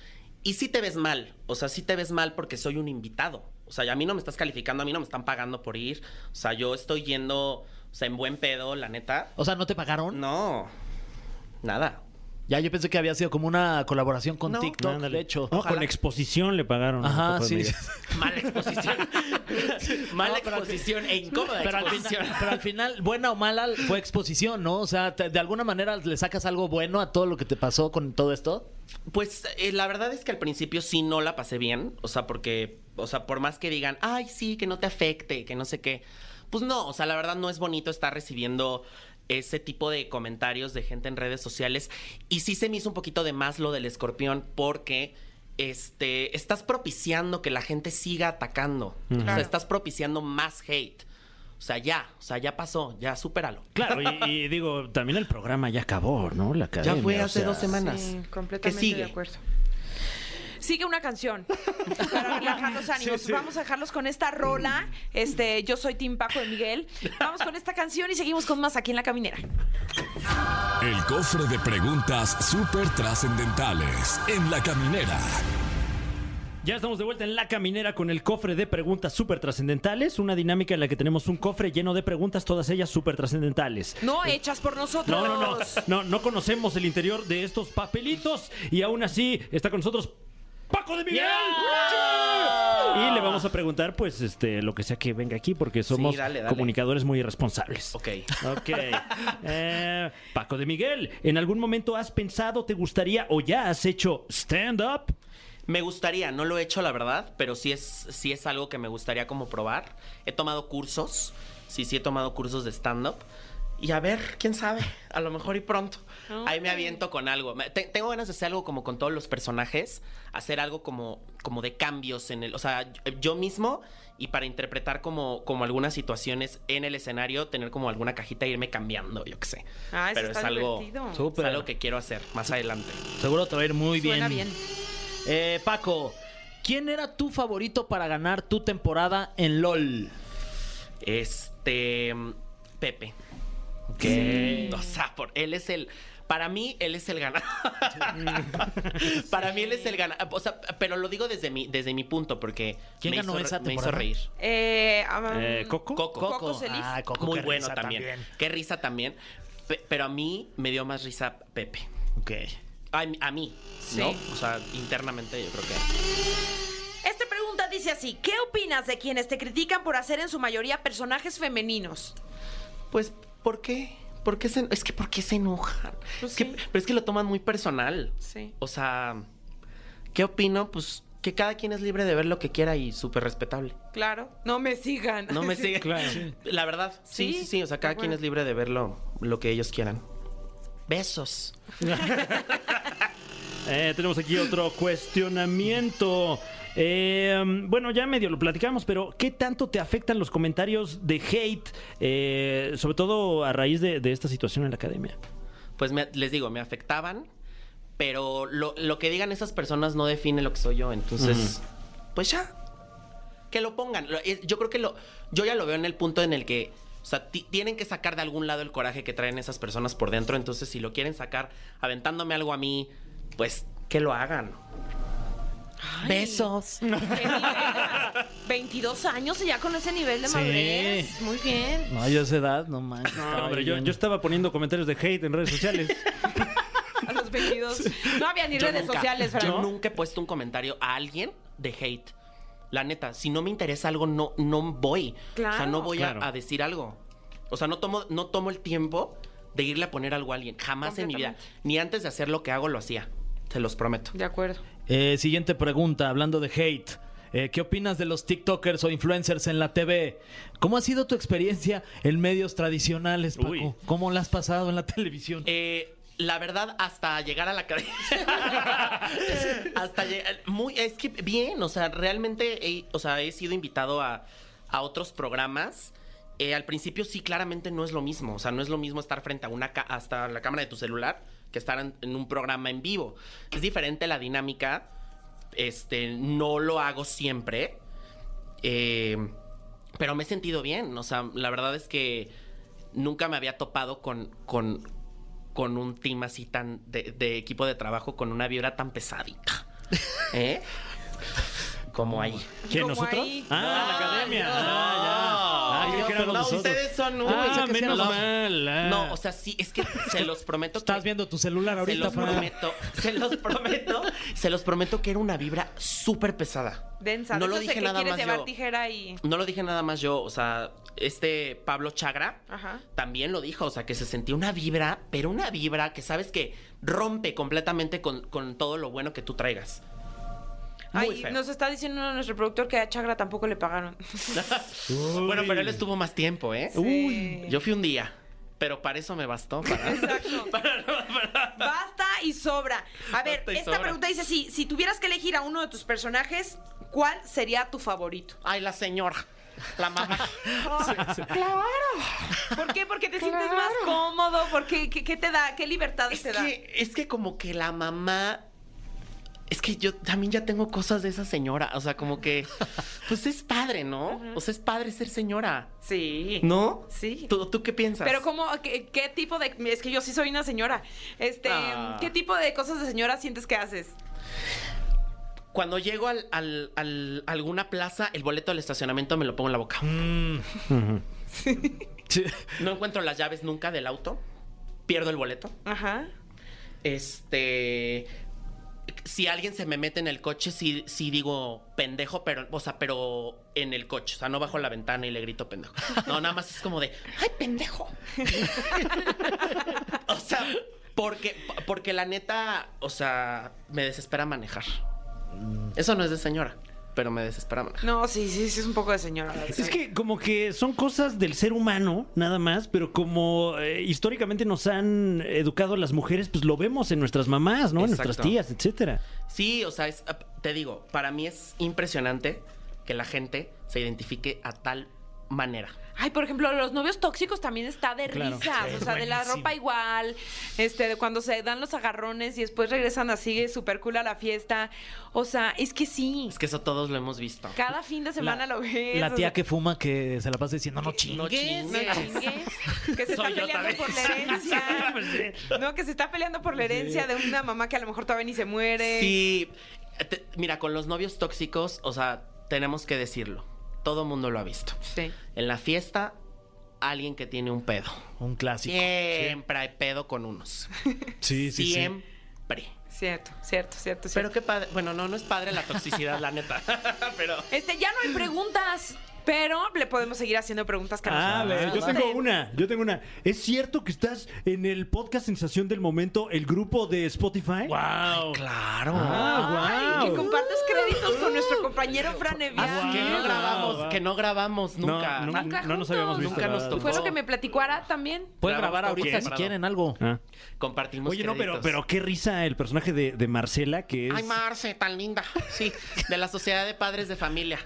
S6: Y sí te ves mal, o sea, sí te ves mal porque soy un invitado. O sea, a mí no me estás calificando, a mí no me están pagando por ir. O sea, yo estoy yendo, o sea, en buen pedo, la neta.
S3: O sea, ¿no te pagaron?
S6: No,
S2: *laughs*
S6: nada.
S3: Ya yo pensé que había sido como una colaboración con
S6: No.
S3: TikTok,
S4: Ándale.
S3: de hecho.
S4: No, con exposición le pagaron.
S3: Ajá,
S4: Papá
S3: sí.
S6: *laughs*
S4: Miguel.
S6: Mala exposición. Mala
S3: No, pero al fin-
S6: exposición e incómoda
S3: Pero al,
S6: exposición.
S3: final, *laughs* pero al final, buena o mala, fue exposición, ¿no? O sea, te- de alguna manera le sacas algo bueno a todo lo que te pasó con todo esto.
S6: Pues eh, la verdad es que al principio sí no la pasé bien, o sea, porque, o sea, por más que digan, ay, sí, que no te afecte, que no sé qué, pues no, o sea, la verdad no es bonito estar recibiendo ese tipo de comentarios de gente en redes sociales y sí se me hizo un poquito de más lo del escorpión porque... Este, estás propiciando que la gente siga atacando. O sea,
S2: Claro.
S6: estás propiciando más hate. O sea, ya, o sea, ya pasó, ya supéralo.
S4: Claro, y, y digo, también el programa ya acabó, ¿no? La
S6: Ya
S4: academia,
S6: fue
S4: o
S6: hace
S4: sea,
S6: dos semanas.
S2: Sí,
S6: ¿Qué
S2: completamente
S6: sigue?
S2: de acuerdo. Sigue una canción para relajar los ánimos. Vamos a dejarlos con esta rola. Este, yo soy Tim Paco de Miguel. Vamos con esta canción y seguimos con más aquí en la caminera.
S1: El cofre de preguntas súper trascendentales en la caminera.
S4: Ya estamos de vuelta en La Caminera con el cofre de preguntas súper trascendentales, una dinámica en la que tenemos un cofre lleno de preguntas, todas ellas súper trascendentales.
S2: No hechas por nosotros.
S4: No, no, no, no, no conocemos el interior de estos papelitos y aún así está con nosotros Paco de Miguel. Y le vamos a preguntar, pues, este, lo que sea que venga aquí, porque somos
S6: dale, dale.
S4: comunicadores muy irresponsables.
S6: Ok.
S4: Ok. Eh, Paco de Miguel, ¿en algún momento has pensado, te gustaría o ya has hecho stand-up?
S6: Me gustaría, no lo he hecho la verdad, pero sí es, sí es algo que me gustaría como probar. He tomado cursos, sí, sí he tomado cursos de stand-up. Y a ver, quién sabe, a lo mejor y pronto. Ahí me aviento con algo. Me- te- tengo ganas de hacer algo como con todos los personajes, hacer algo como, como de cambios en el, o sea, yo- yo mismo y para interpretar como, como algunas situaciones en el escenario, tener como alguna cajita e irme cambiando, yo qué sé.
S2: Ah, eso
S6: pero
S2: está
S6: es algo,
S2: divertido.
S6: es algo que quiero hacer más adelante.
S3: Seguro te va a ir muy
S2: Suena
S3: bien.
S2: bien.
S3: Eh, Paco, ¿quién era tu favorito para ganar tu temporada en LOL?
S6: Este. Pepe.
S4: ¿Qué?
S6: O sea, por- él es el. Para mí, él es
S3: *laughs*
S6: el ganador. para mí, él es el ganador. O sea, pero lo digo desde mi, desde mi punto, porque
S3: ¿Quién
S6: me,
S3: ganó
S6: hizo, re-
S3: esa
S6: me hizo
S3: temporada?
S6: reír.
S2: Eh, um,
S4: Eh, ¿Coco?
S6: Coco.
S2: Coco Celis.
S3: Ah, Coco,
S6: Muy
S3: qué
S6: bueno
S3: risa
S6: también. Qué risa también. Pe- pero a mí me dio más risa Pepe.
S4: Ok.
S6: A, a mí,
S2: Sí.
S6: ¿no? O sea, internamente yo creo que.
S2: Esta pregunta dice así: ¿Qué opinas de quienes te critican por hacer en su mayoría personajes femeninos?
S6: Pues, ¿por qué? ¿Por qué se, es que, ¿por qué se enojan?
S2: Pues
S6: Es que-
S2: sí.
S6: Pero es que lo toman muy personal.
S2: Sí.
S6: O sea, ¿qué opino? Pues que cada quien es libre de ver lo que quiera y súper respetable.
S2: Claro. No me sigan. *laughs*
S6: No me sigue.
S4: Claro. Sí.
S6: La verdad. Sí,
S2: Sí,
S6: sí, sí. O sea,
S2: de
S6: cada quien
S2: acuerdo.
S6: es libre de verlo lo que ellos quieran. Besos.
S4: Eh, tenemos aquí otro cuestionamiento. Eh, bueno, ya medio lo platicamos, pero ¿qué tanto te afectan los comentarios de hate? eh, sobre todo a raíz de, de esta situación en la academia.
S6: Pues me- les digo, me afectaban, pero lo, lo que digan esas personas no define lo que soy yo. Entonces, pues ya. Que lo pongan. Lo- eh, Yo creo que lo. Yo ya lo veo en el punto en el que. O sea, ti- tienen que sacar de algún lado el coraje que traen esas personas por dentro. Entonces, si lo quieren sacar aventándome algo a mí, pues que lo hagan.
S2: Ay,
S6: Besos.
S2: qué nivel. 22 años y ya con ese nivel de
S3: Sí.
S2: madurez. Muy bien.
S3: No, yo a esa edad, no manches.
S4: No,
S3: estaba
S4: hombre,
S3: ahí
S4: yo,
S3: bien.
S4: yo estaba poniendo comentarios de hate en redes sociales.
S2: A los 22. No había ni
S6: Yo
S2: redes
S6: nunca-
S2: sociales, Fran.
S6: Yo nunca he puesto un comentario a alguien de hate. La neta, si no me interesa algo, no, no voy. O sea,
S2: Claro.
S6: no voy a-
S4: Claro.
S6: a, decir algo. O sea, no tomo, no tomo el tiempo de irle a poner algo a alguien. Jamás en mi vida. Ni antes de hacer lo que hago, lo hacía. Te los prometo.
S2: De acuerdo.
S3: Eh, siguiente pregunta, hablando de hate. Eh, ¿Qué opinas de los TikTokers o influencers en la TV? ¿Cómo ha sido tu experiencia en medios tradicionales, Paco?
S4: Uy.
S3: ¿Cómo la has pasado en la *laughs* televisión?
S6: Eh, la verdad, hasta llegar a la academia. hasta llegar. Muy, es que bien, o sea, realmente he, o sea, he sido invitado a, a otros programas. Eh, al principio sí, claramente no es lo mismo. O sea, no es lo mismo estar frente a una ca- hasta la cámara de tu celular que estar en, en un programa en vivo. Es diferente la dinámica. Este, no lo hago siempre. Eh, pero me he sentido bien. O sea, la verdad es que nunca me había topado con, con, con un team así tan de, de equipo de trabajo con una vibra tan pesadita. ¿Eh? Como ahí.
S4: ¿Quién,
S2: Como
S4: nosotros?
S2: ahí.
S4: Ah, la
S6: Ay,
S4: academia.
S6: no.
S4: Ah, ya. Ah, creí que éramos
S6: no,
S4: nosotros.
S6: ustedes son uy,
S4: Ah,
S6: que
S4: menos
S6: no.
S4: mal. ah.
S6: No, o sea, sí, es que se los prometo
S3: Estás
S6: que
S3: viendo tu celular
S6: se
S3: ahorita,
S6: los
S3: Fran.
S6: prometo, se los prometo, se los prometo que era una vibra súper pesada.
S2: Densa.
S6: No
S2: de
S6: lo
S2: esas de
S6: dije
S2: que
S6: nada
S2: quieres
S6: más
S2: llevar
S6: yo.
S2: tijera y.
S6: No lo dije nada más yo, o sea, este Pablo Chagra
S2: Ajá.
S6: también lo dijo, o sea, que se sentía una vibra, pero una vibra que sabes que rompe completamente con, con todo lo bueno que tú traigas. Muy
S2: Ay,
S6: feo.
S2: nos está diciendo uno de nuestro productor que a Chagra tampoco le
S6: *laughs*
S2: pagaron.
S6: bueno, pero él estuvo más tiempo, ¿eh?
S2: Uy.
S6: Yo fui un día, pero para eso me bastó.
S2: *laughs*
S6: para-
S2: Exacto. Basta y sobra. A ver,
S6: Basta y
S2: esta
S6: sobra.
S2: pregunta dice así: si tuvieras que elegir a uno de tus personajes, ¿cuál sería tu favorito?
S6: Ay, la señora,
S2: *laughs*
S6: la mamá.
S2: Claro. ¿Por qué? Porque te sientes más cómodo, porque qué, qué te da, qué libertad
S6: es,
S2: te da.
S6: que, es que como que la mamá... Es que yo también ya tengo cosas de esa señora, o sea, como que... Pues es padre, ¿no? O sea, es padre ser señora,
S2: Sí.
S6: ¿no?
S2: Sí.
S6: ¿Tú, tú qué piensas?
S2: Pero como qué, qué tipo de es que yo sí soy una señora. Este,
S6: Ah.
S2: ¿qué tipo de cosas de señora sientes que haces?
S6: Cuando llego al, al- al- a alguna plaza, el boleto del estacionamiento me lo pongo en la boca.
S3: Sí.
S6: No encuentro las llaves nunca del auto. Pierdo el boleto.
S2: Ajá.
S6: Este. Si alguien se me mete en el coche, sí, sí digo pendejo, pero, o sea, pero en el coche. O sea, no bajo la ventana y le grito pendejo. No, nada más es como de, ¡ay, pendejo! *laughs* o sea, porque, porque la neta, o sea, me desespera manejar. Eso no es de señora, pero me desespera manejar.
S2: No, sí, sí, sí es un poco de señora. la verdad.
S4: Es que como que son cosas del ser humano, nada más, pero como eh, históricamente nos han educado las mujeres, pues lo vemos en nuestras mamás, ¿no? En nuestras
S6: Exacto.
S4: tías, etcétera.
S6: Sí, o sea, es- ah, te digo, para mí es impresionante que la gente se identifique a tal manera.
S2: Ay, por ejemplo, los novios tóxicos también está de
S4: Claro.
S2: risas,
S4: Sí,
S2: o sea, de la
S4: buenísimo.
S2: ropa igual, este, de cuando se dan los agarrones y después regresan así súper cool a la fiesta. O sea, es que sí.
S6: Es que eso todos lo hemos visto.
S2: Cada fin de semana lo ves.
S3: La
S2: o
S3: tía
S2: sea,
S3: que fuma que se la pasa diciendo, no chingues.
S6: No
S2: no
S6: chingues.
S2: chingues,
S6: *laughs*
S2: que se está
S6: Soy yo
S2: peleando
S6: también.
S2: por la herencia. No, que se está peleando por la herencia de una mamá que a lo mejor todavía ni se muere.
S6: Sí, te- mira, con los novios tóxicos, o sea, tenemos que decirlo. Todo mundo lo ha visto.
S2: Sí.
S6: En la fiesta, alguien que tiene un pedo.
S3: Un clásico.
S6: Siempre hay pedo con unos.
S4: *laughs* Sí, sí, sí.
S6: Siempre.
S2: Cierto, cierto, cierto, cierto.
S6: Pero qué padre. Bueno, no, no es padre la toxicidad, la neta. *laughs* Pero.
S2: Este, ya no hay preguntas, pero le podemos seguir haciendo preguntas que nos
S4: Ah, ve, yo
S2: gusten.
S4: tengo una, yo tengo una. ¿Es cierto que estás en el podcast Sensación del Momento, el grupo de Spotify?
S6: ¡Wow! Claro.
S4: Ah,
S2: Ay, que
S4: wow.
S2: compartes créditos con nuestro compañero Fran Evia.
S6: Así que Ah. no
S4: Wow.
S6: grabamos, que no grabamos
S4: No,
S6: nunca.
S4: no,
S2: Nunca
S4: no nos
S2: juntos.
S4: habíamos visto.
S6: Nunca
S4: la
S6: nos
S4: verdad.
S6: tocó.
S2: Fue lo que me platicó Ara también.
S3: Pueden
S6: Grabamos
S3: grabar ahorita
S6: todo
S3: si
S6: separado.
S3: quieren algo.
S4: Ah.
S6: Compartimos
S4: Oye, no, pero,
S6: créditos.
S4: pero qué risa el personaje de, de Marcela, que es...
S6: Ay, Marce, tan linda. Sí, de la Sociedad de Padres de Familia.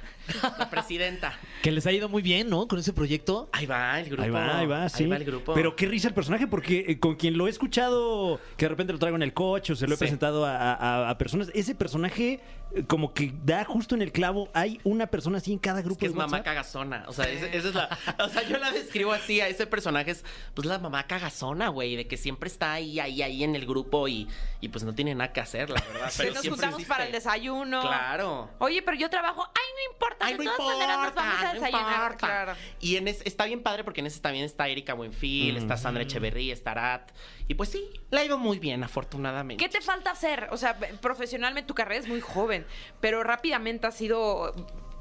S6: La presidenta.
S3: Que les ha ido muy bien, ¿no? Con ese proyecto.
S6: Ahí va el grupo.
S4: Ahí va, ahí va, sí.
S6: va el grupo.
S4: Pero qué risa el personaje, porque eh, con quien lo he escuchado, que de repente lo traigo en el coche o se lo he
S6: Sí.
S4: presentado a, a- a personas, ese personaje eh, como que da justo en el clavo. Hay una persona así en cada
S6: Es
S4: grupo
S6: que
S2: pues,
S4: de
S6: es mamá
S4: WhatsApp.
S6: cagazona. O sea, esa, esa es la.
S2: *laughs*
S6: O sea, yo la describo así. A ese personaje es, pues, la mamá cagazona, güey. De que siempre está ahí, ahí, ahí en el grupo y, y pues no tiene nada que hacer, la verdad.
S2: Que
S6: Pero
S2: nos
S6: siempre
S2: juntamos
S6: existe.
S2: para el desayuno.
S6: Claro.
S2: Oye, pero yo trabajo. Ay, no importa.
S6: Ay,
S2: de
S6: no
S2: todas maneras nos vamos
S6: importa,
S2: a
S6: no
S2: desayunar.
S6: importa.
S2: Claro.
S6: Y en ese- está bien padre porque en ese también está Erika Buenfil, está Sandra Echeverría, está Arat. Y pues sí, la ha ido muy bien, afortunadamente.
S2: ¿Qué te falta hacer? O sea, profesionalmente tu carrera es muy joven, pero rápidamente has ido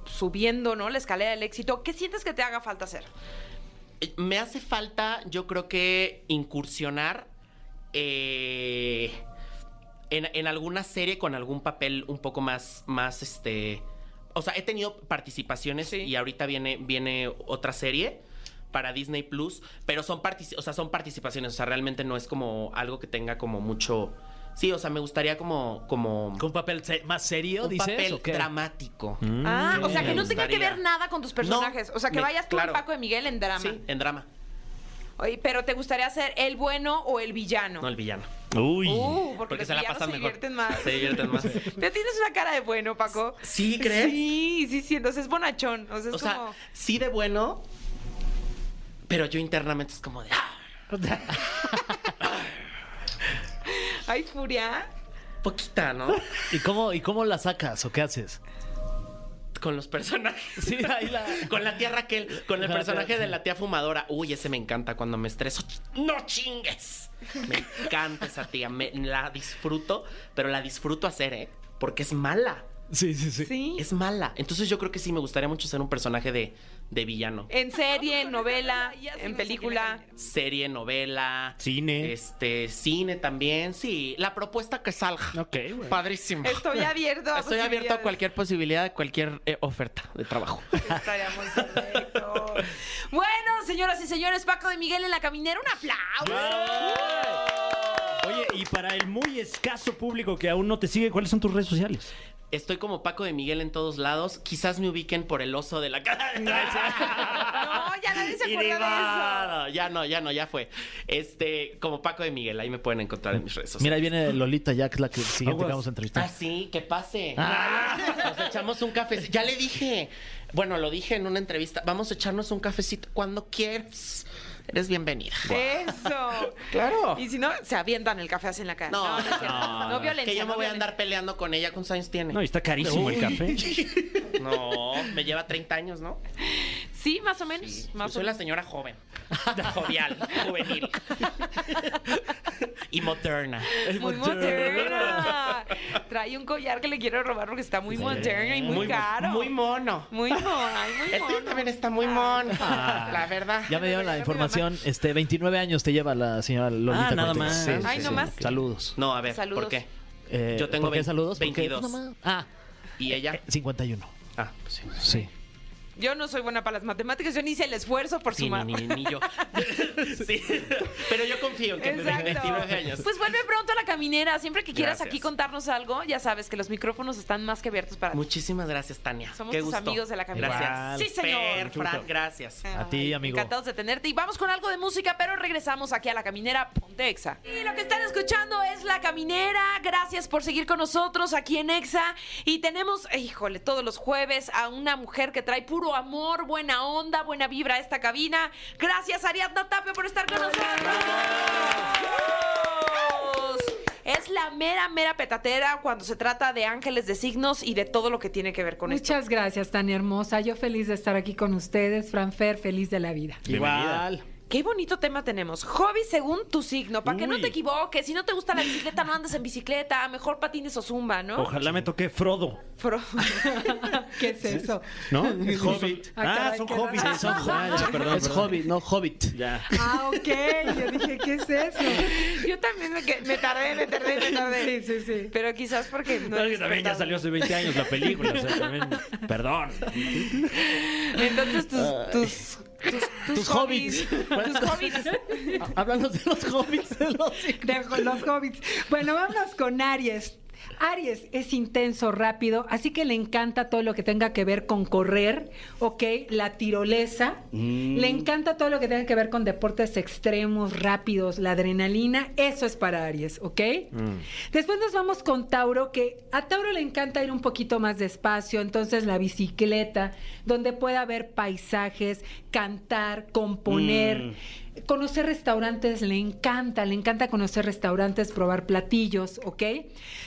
S2: subiendo, ¿no? La escalera del éxito. ¿Qué sientes que te haga falta hacer?
S6: Eh, Me hace falta, yo creo que, incursionar eh, en, en alguna serie con algún papel un poco más, más este... O sea, he tenido participaciones
S2: Sí.
S6: y ahorita viene, viene otra serie para Disney Plus, pero son, partici- o sea, son participaciones, o sea, realmente no es como algo que tenga como mucho... Sí, o sea, me gustaría como... como
S3: ¿Con papel se- más serio,
S6: un
S3: dices?
S6: papel
S3: ¿o qué? Mm.
S6: dramático.
S2: ah, o sea, que
S6: Mm, me
S2: no tenga que
S6: gustaría.
S2: ver nada con tus personajes.
S6: No,
S2: o sea, que
S6: me-
S2: vayas tú al
S6: claro.
S2: Paco de Miguel en drama.
S6: Sí, en drama,
S2: Oye, pero ¿te gustaría ser el bueno o el villano?
S6: no el villano.
S4: Uy.
S2: Uh, porque,
S6: Porque
S2: los
S6: se la
S2: villanos
S6: pasan
S2: se
S6: mejor.
S2: divierten más.
S6: Se divierten más.
S2: Pero tienes una cara de bueno, Paco.
S6: ¿Sí crees?
S2: Sí, sí, sí. Entonces es bonachón. O sea, es
S6: o sea,
S2: como...
S6: sí de bueno, pero yo internamente es como de. "Ah,
S2: Ay, furia.
S6: Poquita, ¿no?
S3: ¿Y cómo, ¿Y cómo la sacas o qué haces?
S6: Con los personajes.
S3: *laughs* Sí, ahí la...
S6: Con la tía Raquel, con el
S3: Ajá,
S6: personaje
S3: sí.
S6: de la tía fumadora. Uy, ese me encanta cuando me estreso. ¡No chingues! Me encanta esa tía. me- la disfruto, pero la disfruto hacer, ¿eh? Porque es mala.
S3: Sí, sí, sí.
S2: Sí.
S6: Es mala. Entonces yo creo que sí me gustaría mucho ser un personaje de, de villano.
S2: En serie, en novela, *laughs* en película.
S6: Serie, novela.
S4: Cine.
S6: Este, cine también. Sí, la propuesta que salga.
S4: Ok, güey.
S2: *laughs*
S6: Padrísimo.
S2: Estoy abierto a
S6: Estoy abierto
S2: posibilidades.
S6: a cualquier posibilidad, a cualquier eh, oferta de trabajo.
S2: Estaría muy correcto. *laughs* Bueno, señoras y señores, Paco de Miguel en la caminera, un aplauso.
S4: Oye, y para el muy escaso público que aún no te sigue, ¿cuáles son tus redes sociales?
S6: *laughs* Estoy como Paco de Miguel en todos lados. Quizás me ubiquen por el oso de la cara.
S2: No, ya nadie se
S6: Y
S2: acuerda de eso.
S6: digo, Ya no, ya no, ya fue. Este, como Paco de Miguel, ahí me pueden encontrar en mis redes sociales.
S3: Mira, ahí viene Lolita ya, que es la que siguiente que vamos a
S6: Ah,
S3: entrevistar.
S6: sí, que pase. *laughs* Nos echamos un cafecito. Ya le dije. Bueno, lo dije en una entrevista. Vamos a echarnos un cafecito cuando quieras. Eres bienvenida.
S2: Eso.
S6: Claro.
S2: Y si no, se avientan el café así en la cara. No, no, es cierto. no, violencia.
S6: Que yo me
S2: no
S6: voy a
S2: violencia.
S6: andar peleando con ella. ¿Cuántos años tiene?
S4: No, y está carísimo el café.
S6: No, me lleva 30 años, ¿no?
S2: Sí, más o menos.
S6: Yo
S2: más o
S6: soy la
S2: menos.
S6: señora joven. *laughs* Jovial, juvenil. y moderna.
S2: Muy moderna. Trae un collar que le quiero robar porque está muy moderna y muy, caro.
S6: Muy mono.
S2: Muy mono. ay, Muy
S6: El tío
S2: mono.
S6: también está muy mono.
S3: Ah.
S6: La verdad.
S3: Ya me dieron la información. Este, 29 años te lleva la señora Lolita.
S4: Ah, nada
S3: Cortés.
S4: más.
S2: Ay, no más.
S3: Saludos.
S6: No, a ver,
S2: Saludos.
S6: ¿por qué?
S3: Eh,
S6: Yo tengo
S3: ¿por qué
S6: 20,
S3: saludos? Porque,
S6: 22.
S3: pues, nada más. Ah,
S6: ¿Y ella?
S3: eh, 51.
S6: Ah, pues sí.
S3: Sí.
S2: Yo no soy buena para las matemáticas, yo ni hice el esfuerzo por
S6: Sí,
S2: sumar. *laughs*
S6: ni, ni- ni yo. sí. Pero yo confío en que desde
S2: Exacto.
S6: 29 años.
S2: Pues vuelve pronto a la caminera. Siempre que quieras
S6: Gracias.
S2: aquí contarnos algo, ya sabes que los micrófonos están más que abiertos para ti.
S6: Muchísimas gracias, Tania.
S2: Somos
S6: Qué
S2: tus
S6: gusto.
S2: amigos de la caminera.
S6: Gracias.
S2: Sí, señor.
S6: Fer, Fran, gracias.
S3: A ti,
S2: Ay,
S3: amigo.
S2: Encantados de tenerte. Y vamos con algo de música, pero regresamos aquí a La Caminera Ponte Exa. Y lo que están escuchando es La Caminera. Gracias por seguir con nosotros aquí en Exa. Y tenemos, eh, híjole, todos los jueves a una mujer que trae puro amor, buena onda, buena vibra a esta cabina. Gracias, Ariadna Tapia, por estar con nosotros. Es la mera, mera petatera cuando se trata de ángeles de signos y de todo lo que tiene que ver con esto.
S7: Muchas gracias, tan hermosa. Yo feliz de estar aquí con ustedes. Franfer, feliz de la vida. *laughs*
S3: Igual.
S2: Qué bonito tema tenemos. Hobby según tu signo. Para que no
S4: Uy.
S2: te equivoques. Si no te gusta la bicicleta, no andes en bicicleta. Mejor patines o zumba, ¿no?
S4: Ojalá me toque Frodo,
S2: Pero-
S7: ¿Qué es eso?
S4: ¿no? Hobbit.
S7: Ah, caray,
S4: Ah, son
S7: qué
S4: hobbits.
S7: raro.
S4: son hobbits. Ya, perdón,
S3: es
S4: perdón.
S3: hobbit, no hobbit.
S4: Ya.
S7: *laughs* Ah, ok. Yo dije, ¿qué es eso?
S2: Yo también me, que- me tardé, me tardé, me tardé.
S7: Sí, sí, sí.
S2: Pero quizás porque no.
S4: No, es que
S2: eres
S4: también ya
S2: espectador.
S4: salió hace 20 años la película. o sea, también- Perdón.
S2: Entonces tus, tus, tus, tus
S3: Tus
S2: hobbies.
S3: hobbits.
S7: *laughs*
S2: Tus hobbies.
S3: Háblanos de los hobbits *laughs* de los
S7: de los hobbits. Bueno, vámonos con Aries. Aries es intenso, rápido, así que le encanta todo lo que tenga que ver con correr, ¿ok? La tirolesa. Le encanta todo lo que tenga que ver con deportes extremos, rápidos, la adrenalina. Eso es para Aries, ¿ok? Después nos vamos con Tauro, que a Tauro le encanta ir un poquito más despacio, entonces la bicicleta, donde pueda haber paisajes, cantar, componer. Conocer restaurantes le encanta, le encanta conocer restaurantes, probar platillos, ¿ok?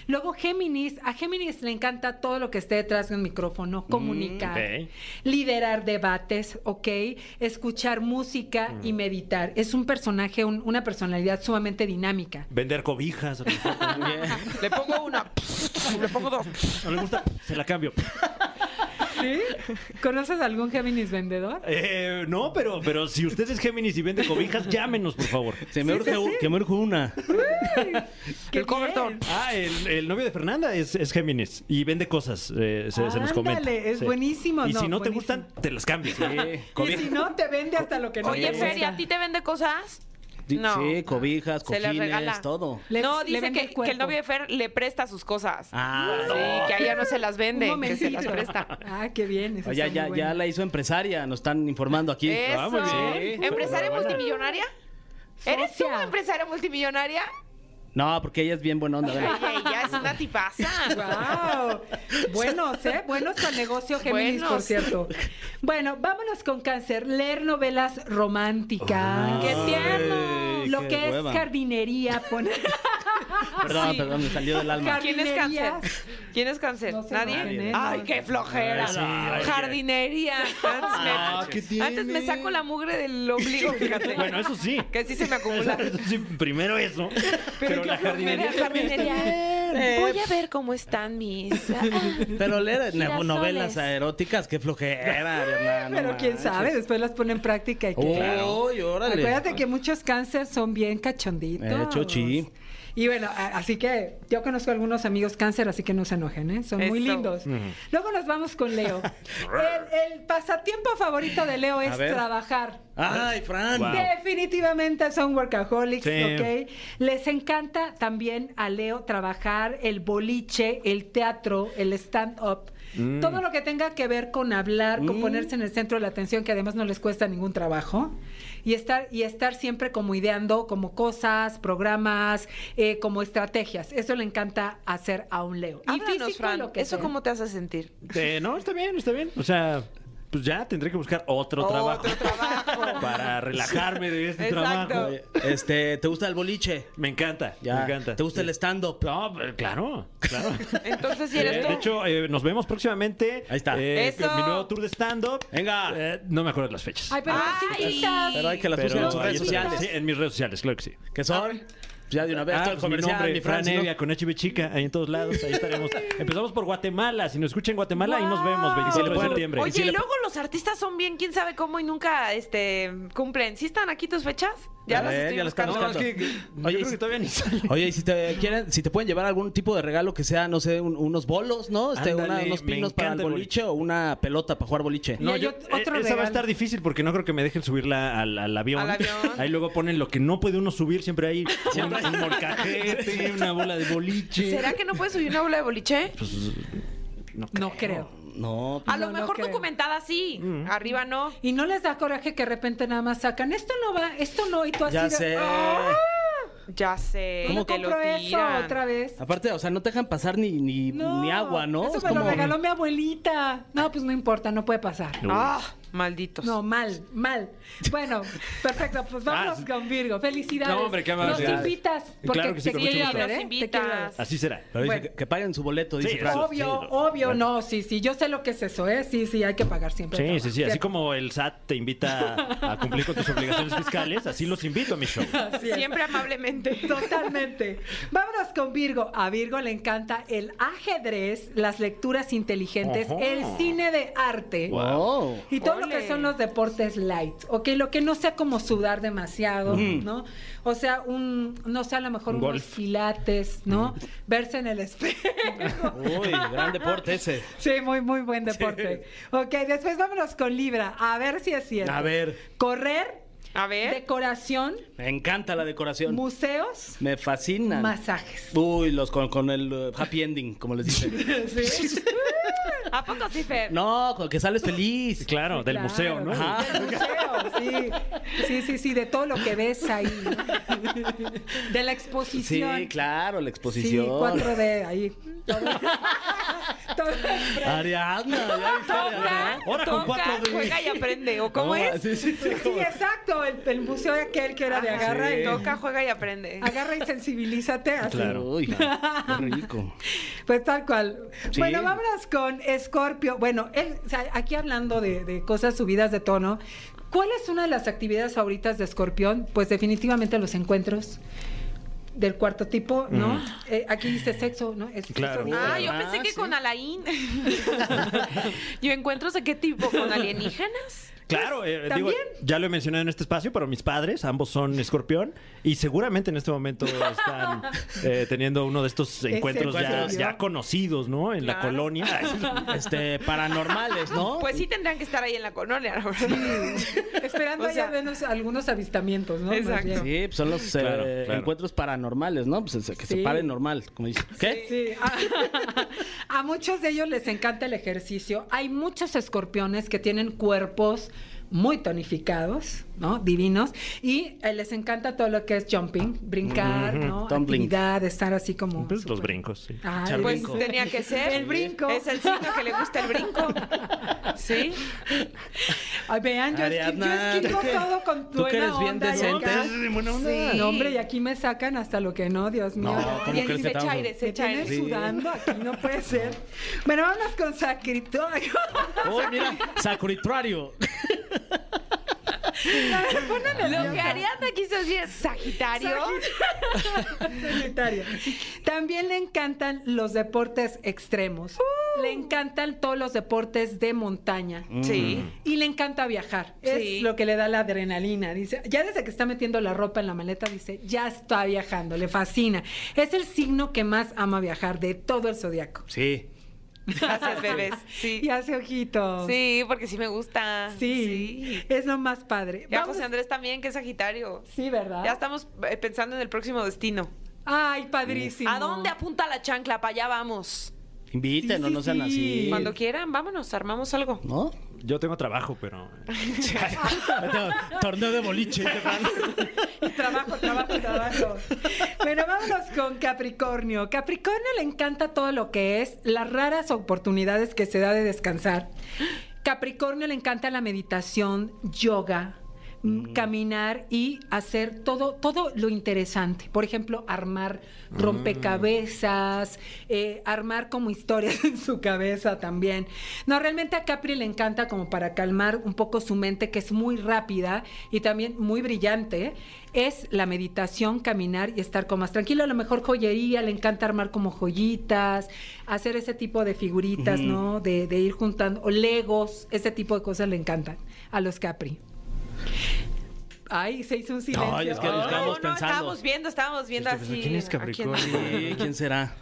S7: Luego Géminis, a Géminis le encanta todo lo que esté detrás de un micrófono, comunicar,
S4: ok.
S7: liderar debates, ¿ok? Escuchar música y meditar. Es un personaje, un- una personalidad sumamente dinámica.
S4: Vender cobijas. a lo mejor también.
S2: Le pongo una. Le pongo dos.
S4: No le gusta, se la cambio.
S7: ¿Sí? ¿Conoces algún Géminis vendedor?
S4: Eh, no, pero, pero si usted es Géminis y vende cobijas, llámenos, por favor.
S3: Se me urge un- que me urge una.
S7: ¡Qué
S2: El cobertor.
S7: bien!
S4: Ah, el, el novio de Fernanda es, es Géminis y vende cosas, eh, se, se nos comenta.
S7: Ándale, es
S4: Sí.
S7: buenísimo,
S4: Y
S7: no,
S4: si no te
S7: buenísimo.
S4: gustan, te las cambias. *laughs*
S7: Y
S4: Cobija.
S7: si no, te vende hasta lo que no
S2: Oye,
S7: te gusta.
S2: Feria, ¿a ti te vende cosas?
S3: Sí,
S2: No.
S3: sí, cobijas,
S2: Se le regala.
S3: cojines, todo.
S7: Le-
S2: no,
S7: le
S2: dice
S7: vende
S2: que,
S7: el
S2: que
S7: cuerpo.
S2: el novio de Fer le presta sus cosas.
S3: Ah,
S2: sí, que a ella no se las vende,
S7: Un
S2: que se las
S7: momentito.
S2: presta.
S7: Ah, qué bien. eso
S3: Oye, ya,
S7: está
S3: ya,
S7: muy
S3: ya
S7: bueno.
S3: la hizo empresaria, nos están informando aquí.
S2: Eso.
S3: Ah, muy bien.
S2: ¿Empresaria
S4: Buena, buena.
S2: multimillonaria? ¿Eres tú
S7: Socia.
S2: una empresaria multimillonaria?
S3: No, porque ella es bien buena onda. *laughs* ¿verdad?
S2: Oye, ella es una tipaza.
S7: Wow. Buenos, ¿eh? Buenos para negocio, Géminis, por
S2: Buenos.
S7: cierto. Bueno, vámonos con cáncer. Leer novelas románticas.
S2: ¡Qué tierno!
S3: Ay,
S7: Lo
S3: qué
S7: que
S3: hueva.
S7: es jardinería, poner.
S3: *laughs* Perdón, perdón, me salió del alma.
S2: ¿Quién es cáncer?
S7: jardinerías.
S2: ¿Quién es cáncer?
S7: No sé,
S2: ¿Nadie?
S7: nadie.
S2: Ay,
S7: No.
S2: qué flojera.
S4: Ay, sí, ay, qué-
S2: Jardinería. Antes me,
S3: Ah, ¿qué tiene?
S2: antes me saco la mugre del ombligo, fíjate.
S4: Bueno, eso
S7: *laughs*
S4: sí.
S2: Que sí se me acumula.
S4: Eso sí, primero eso. Pero, la jardinería.
S2: Mira, jardinería.
S3: Eh,
S2: Voy a ver cómo están
S7: *laughs*
S2: mis. Ah,
S3: Pero leer
S2: Girasoles.
S3: novelas eróticas, qué flojera, Diana, no
S7: Pero quién
S3: manches. Oh,
S7: sabe, después las pone en práctica y que.
S3: Uy, órale.
S7: Acuérdate que muchos cánceres son bien cachonditos.
S3: Eh, chochi.
S7: Y bueno, a- así que yo conozco algunos amigos cáncer, así que no se enojen, ¿eh? Son muy
S2: Eso.
S7: lindos. Luego nos vamos
S3: *laughs*
S7: con Leo. el, el pasatiempo favorito de Leo es
S3: ver.
S7: trabajar.
S3: Ay, Fran.
S4: Guau.
S7: Definitivamente son workaholics,
S4: Sí.
S7: ¿ok? Les encanta también a Leo trabajar el boliche, el teatro, el stand-up.
S3: Mm.
S7: Todo lo que tenga que ver con hablar, con ponerse en el centro de la atención, que además no les cuesta ningún trabajo, y estar, y estar siempre como ideando como cosas, programas, eh, como estrategias. Eso le encanta hacer a un Leo.
S2: Háblanos, Fran,
S7: lo que
S2: ¿Eso
S7: sea.
S2: cómo te hace sentir?
S4: Eh, no, está bien, está bien. O sea, pues ya tendré que buscar otro, trabajo.
S2: trabajo.
S7: *laughs*
S4: Para relajarme de este
S2: Exacto.
S4: trabajo.
S3: Oye, Este, ¿te gusta el boliche?
S4: Me encanta,
S3: Ya.
S4: me encanta.
S3: ¿Te gusta el stand-up?
S4: No, pero claro, claro. *laughs*
S2: Entonces, si
S4: Eh,
S2: eres tú.
S4: de hecho, eh, nos vemos próximamente.
S3: Ahí está.
S4: Eh,
S2: Eso.
S4: Mi nuevo tour de stand-up.
S3: Venga.
S4: Eh, no me acuerdo de las fechas.
S7: Ay, pero
S2: Ay.
S7: sí, quizás.
S3: Pero hay que las
S4: Pero
S3: busquen en sus
S4: ahí
S3: redes
S4: está.
S3: sociales.
S4: Sí, en mis redes sociales, claro que sí.
S3: ¿Qué son?
S7: Ah.
S3: Ya de una vez, todo el
S4: pues,
S3: comercial, mi, Fran,
S4: Fran
S3: si no-
S4: Evia, con HB Chica, ahí en todos lados,
S3: *laughs*
S4: ahí estaremos. Empezamos por Guatemala, si nos escuchan en Guatemala, ahí nos vemos, 24 de
S3: pueden-
S4: septiembre.
S2: Oye,
S3: si
S2: y
S3: le-
S2: luego los artistas son bien, quién sabe cómo y nunca este, cumplen. ¿Sí están aquí tus fechas?
S3: A
S2: Ya las
S3: ver,
S2: estoy
S3: ya las están
S2: buscando.
S3: buscando.
S4: Oye,
S3: Oye,
S4: yo
S3: y
S4: creo que
S3: si-
S4: todavía ni sale.
S3: Oye, y si te quieren, si te pueden llevar algún tipo de regalo que sea, no sé, un- unos bolos, ¿no? Este,
S4: Ándale,
S3: una- unos
S4: me
S3: pinos para el
S4: encanta el
S3: boliche o una pelota para jugar boliche.
S7: No, yo-
S4: eh,
S7: otro
S4: esa va a
S7: regalo.
S4: estar difícil porque no creo que me dejen subirla al, al avión.
S2: Al avión.
S4: Ahí luego ponen lo que no puede uno subir, *laughs* siempre hay
S3: Siempre
S4: un, un molcajete, una bola de boliche.
S2: ¿Será que no puedes subir una bola de boliche?
S7: No creo.
S3: No,
S2: A lo
S7: No, no
S2: mejor
S7: creo.
S2: documentada sí, arriba no.
S7: Y no les da coraje que de repente nada más sacan, esto no va, esto no, y tú así
S3: ya
S7: de,
S3: sé.
S7: "Ah,
S2: Ya sé,
S7: ¿Cómo
S2: te lo
S7: compro eso
S2: tiran.
S7: otra
S4: Ah,
S7: vez?
S3: Aparte, o sea, no te dejan pasar ni, ni,
S7: No,
S3: ni agua, ¿no?
S7: Eso
S3: Es
S7: me lo
S3: como-
S7: regaló mi abuelita. No, pues no importa, no puede pasar.
S2: Ah, Malditos.
S7: No, mal, mal. Bueno, perfecto, pues vamos
S4: Ah,
S7: con Virgo. Felicidades.
S4: No, hombre, qué
S7: Nos
S4: barbaridad.
S7: invitas. Porque
S4: Claro que sí,
S7: te
S4: con
S7: quiero
S4: mucho
S7: ir a ver,
S2: gusto.
S7: ¿eh?
S2: Nos
S7: Te quiero ir a ver.
S2: invitas.
S4: Así será.
S3: Pero dice
S7: Bueno.
S3: que, que paguen su boleto,
S4: Sí,
S3: dice
S4: eso.
S3: Fran.
S4: Claro,
S7: Obvio,
S4: sí, no,
S7: obvio,
S4: bueno.
S7: no, sí, sí, yo sé lo que es eso, ¿eh? Sí, sí, hay que pagar siempre.
S4: Sí, sí, sí. Así
S7: Siempre.
S4: como el SAT te invita a cumplir con tus obligaciones fiscales, así los invito a mi show.
S2: Pues,
S7: Así es.
S2: Siempre
S7: *laughs*
S2: amablemente.
S7: Totalmente. Vámonos con Virgo. A Virgo le encanta el ajedrez, las lecturas inteligentes,
S4: Ajá.
S7: el cine de arte.
S3: Wow.
S7: Y todo lo
S2: Ole.
S7: que son los deportes light, ¿ok? Lo que no sea como sudar demasiado, ¿no? O sea, un, no sé, a lo mejor
S4: Un
S7: unos
S4: golf.
S7: pilates, ¿no? Verse en el espejo. *laughs*
S3: Uy, gran deporte ese.
S7: Sí, muy, muy buen deporte. Ok, después vámonos con Libra, a ver si es cierto.
S3: A ver.
S7: Correr,
S2: A ver.
S7: decoración,
S3: Me encanta la decoración.
S7: museos,
S3: Me fascinan.
S7: masajes. *laughs*
S3: Uy, los con, con el eh, happy ending, como les dicen.
S7: Sí.
S2: ¿A poco sí, Fer?
S3: No, con que sales feliz.
S4: Claro, del
S7: Claro.
S4: museo, ¿no?
S3: Ajá.
S7: Del museo, sí. Sí, sí, sí, de todo lo que ves ahí. ¿no? De la
S3: Sí,
S7: exposición.
S3: claro, la exposición.
S7: Sí, 4D ahí. Todo, todo es pre-
S3: Ariadna, ya viste,
S2: Toca,
S3: Ariadna.
S4: Ahora con
S2: toca,
S4: 4D.
S2: juega y aprende. ¿O cómo
S3: No,
S2: es?
S3: Sí, sí, sí.
S7: Sí, exacto, el, el museo de aquel que era de
S2: Ajá.
S7: agarra y toca.
S2: Toca, juega y aprende.
S7: Agarra y sensibilízate así.
S4: Claro.
S7: *laughs*
S3: Uy, qué rico.
S7: Pues tal cual.
S3: Sí.
S7: Bueno, vámonos con Escorpio. Bueno, él, o sea, aquí hablando de, de cosas subidas de tono, ¿cuál es una de las actividades favoritas de Escorpión? Pues definitivamente los encuentros del cuarto tipo, ¿no? Eh, aquí dice sexo, ¿no? Es-
S4: Claro.
S7: eso dice.
S2: Ah, yo
S3: Ah,
S2: pensé que
S3: sí.
S2: con Alain. ¿Yo encuentros de qué tipo? ¿Con alienígenas?
S4: Claro, eh, digo,
S7: ¿también?
S4: ya lo he mencionado en este espacio, pero mis padres, ambos son escorpión, y seguramente en este momento están eh, teniendo uno de estos encuentros ya,
S7: encuentro.
S4: ya conocidos, ¿no? En la
S2: Claro.
S4: colonia.
S3: Este, paranormales, ¿no?
S2: Pues sí tendrán que estar ahí en la colonia, la verdad.
S7: Esperando
S2: O sea-
S7: ya menos algunos avistamientos, ¿no? Más
S2: Exacto.
S7: bien.
S3: Sí, pues son los eh,
S4: Claro, claro.
S3: encuentros paranormales, ¿no? Pues es- que
S7: Sí.
S3: se pare normal, como dice. ¿Qué?
S7: Sí. *laughs* A, a muchos de ellos les encanta el ejercicio. Hay muchos escorpiones que tienen cuerpos muy tonificados, ¿no? Divinos. Y eh, les encanta todo lo que es jumping, brincar, ¿no?
S3: tumbling.
S7: Actividad, estar así como...
S4: Pues los
S7: súper- Ah.
S4: brincos, sí.
S7: Ay,
S3: Echar
S2: Pues
S3: brinco.
S2: tenía *laughs* que ser.
S7: El brinco.
S2: Es el signo que le gusta el brinco. *laughs* ¿Sí?
S7: Ay, vean, yo, esqui- yo
S3: Ariadna,
S7: *laughs* esquivo
S3: tú que-
S7: todo con tu
S3: tú que eres
S7: buena
S3: bien
S7: onda, yo
S3: decente.
S7: acá.
S2: Sí.
S7: No, hombre, y aquí me sacan hasta lo que no, Dios mío.
S3: No, ¿cómo
S2: Y él
S3: crees que
S2: se echa
S3: estamos?
S2: aire, se
S7: Me
S2: echa aire.
S7: tienen sudando aquí, no puede ser. Bueno, vámonos con Sacritorio. *laughs*
S3: Uy, mira, sacrituario.
S7: Me pone
S2: Lo que
S7: nerviosa.
S2: Ariadna quiso decir es Sagitario.
S7: *laughs* Sagitario. También le encantan los deportes extremos. Le encantan todos los deportes de montaña.
S2: Sí.
S7: Y le encanta viajar.
S2: Sí.
S7: Es lo que le da la adrenalina. Dice, ya desde que está metiendo la ropa en la maleta, dice, ya está viajando, le fascina. Es el signo que más ama viajar de todo el zodiaco.
S3: Sí.
S2: Gracias, bebés. Sí.
S7: Y hace ojitos.
S2: Sí, porque sí me gusta.
S7: Sí. Es lo más padre.
S2: Y a
S7: Vamos-
S2: José Andrés también, que es Sagitario.
S7: Sí, ¿verdad?
S2: Ya estamos eh, pensando en el próximo destino.
S7: Ay, padrísimo.
S2: ¿A dónde apunta la chancla? Para allá vamos.
S3: Inviten,
S7: Sí, sí,
S3: no sean
S7: sí.
S3: así.
S2: Cuando quieran, vámonos, armamos algo.
S3: ¿No?
S4: Yo tengo trabajo, pero... *laughs*
S3: Torneo de boliche.
S7: Y *laughs* trabajo, trabajo, trabajo. Bueno, vámonos con Capricornio. Capricornio le encanta todo lo que es las raras oportunidades que se da de descansar. Capricornio le encanta la meditación, yoga, mm, caminar y hacer todo, todo lo interesante. Por ejemplo, armar rompecabezas, eh, armar como historias *laughs* en su cabeza también. No, realmente a Capri le encanta como para calmar un poco su mente, que es muy rápida y también muy brillante, es la meditación, caminar y estar como más tranquilo. A lo mejor joyería, le encanta armar como joyitas, hacer ese tipo de figuritas, ¿no? De, de ir juntando, o legos, ese tipo de cosas le encantan a los Capri. Ay, se hizo un silencio.
S3: Ay, es que
S2: No,
S3: nos
S2: no,
S3: estábamos pensando.
S2: estábamos viendo, estábamos viendo
S4: Es que, pues,
S2: así.
S4: ¿quién es
S2: ¿a
S4: Capricornio?
S2: quién?
S3: Sí, ¿quién será?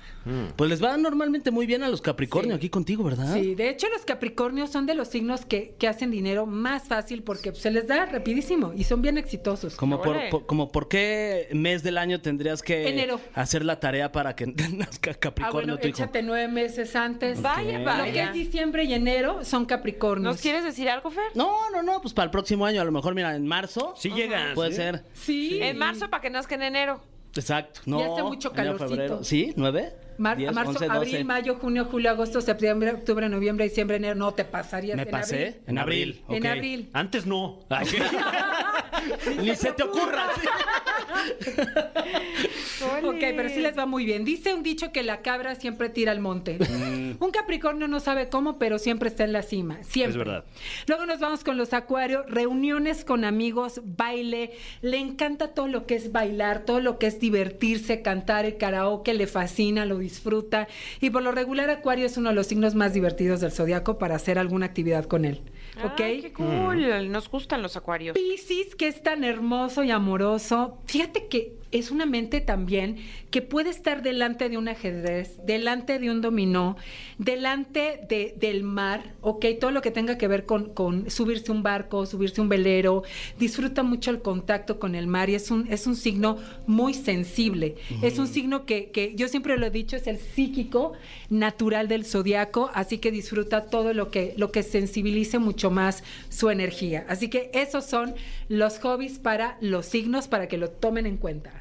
S3: Pues les va normalmente muy bien a los Capricornio
S7: Sí.
S3: aquí contigo, ¿verdad?
S7: Sí, de hecho los Capricornios son de los signos que, que hacen dinero más fácil porque pues, se les da rapidísimo y son bien exitosos.
S3: Como por,
S2: Órale.
S3: por- como por qué mes del año tendrías que
S7: Enero.
S3: hacer la tarea para que *laughs* nazca
S7: Ah,
S3: Capricornio
S7: bueno,
S3: tu hijo.
S7: échate nueve meses antes.
S2: Vaya,
S7: Lo que
S2: vaya.
S7: es diciembre y enero son Capricornios.
S2: ¿Nos quieres decir algo, Fer?
S3: No, no, no, pues para el próximo año, a lo mejor, mira, en marzo
S4: Sí llegas.
S3: puede
S4: ¿eh?
S3: ser.
S7: Sí.
S2: En marzo para que nazca en enero.
S8: Exacto.
S7: Y
S8: No,
S7: hace mucho
S8: enero,
S7: calorcito.
S8: febrero. ¿Sí? ¿Nueve?
S7: Mar-
S8: Diez,
S7: marzo,
S8: once,
S7: abril,
S8: doce.
S7: mayo, junio, julio, agosto, septiembre, octubre, noviembre, diciembre, enero. No te pasarías.
S8: ¿Me
S7: en
S8: pasé?
S7: abril.
S8: En abril.
S7: En
S8: ok.
S7: abril.
S4: Antes no. Ay, ¿qué?
S7: *laughs*
S3: *laughs*
S8: Ni se te ocurra.
S7: Ok, pero sí les va muy bien. Dice un dicho que la cabra siempre tira al monte. Un Capricornio no sabe cómo, pero siempre está en la cima. Siempre.
S4: Mm. Es verdad.
S7: Luego nos vamos con los Acuarios, reuniones con amigos, baile. Le encanta todo lo que es bailar, todo lo que es divertirse, cantar, el karaoke, le fascina, lo disfruta. Y por lo regular, Acuario es uno de los signos más divertidos del zodiaco para hacer alguna actividad con él. ¿Ok?
S2: Ay, qué cool. Mm. Nos gustan los acuarios.
S7: Piscis, que es tan hermoso y amoroso. Fíjate que es una mente también que puede estar delante de un ajedrez, delante de un dominó, delante de- del mar, ¿ok? Todo lo que tenga que ver con, con subirse un barco, subirse un velero. Disfruta mucho el contacto con el mar y es un, es un signo muy sensible. Es un signo que, que yo siempre lo he dicho, es el psíquico natural del zodiaco, así que disfruta todo lo que, lo que sensibilice mucho más su energía. Así que esos son los hobbies para los signos, para que lo tomen en cuenta.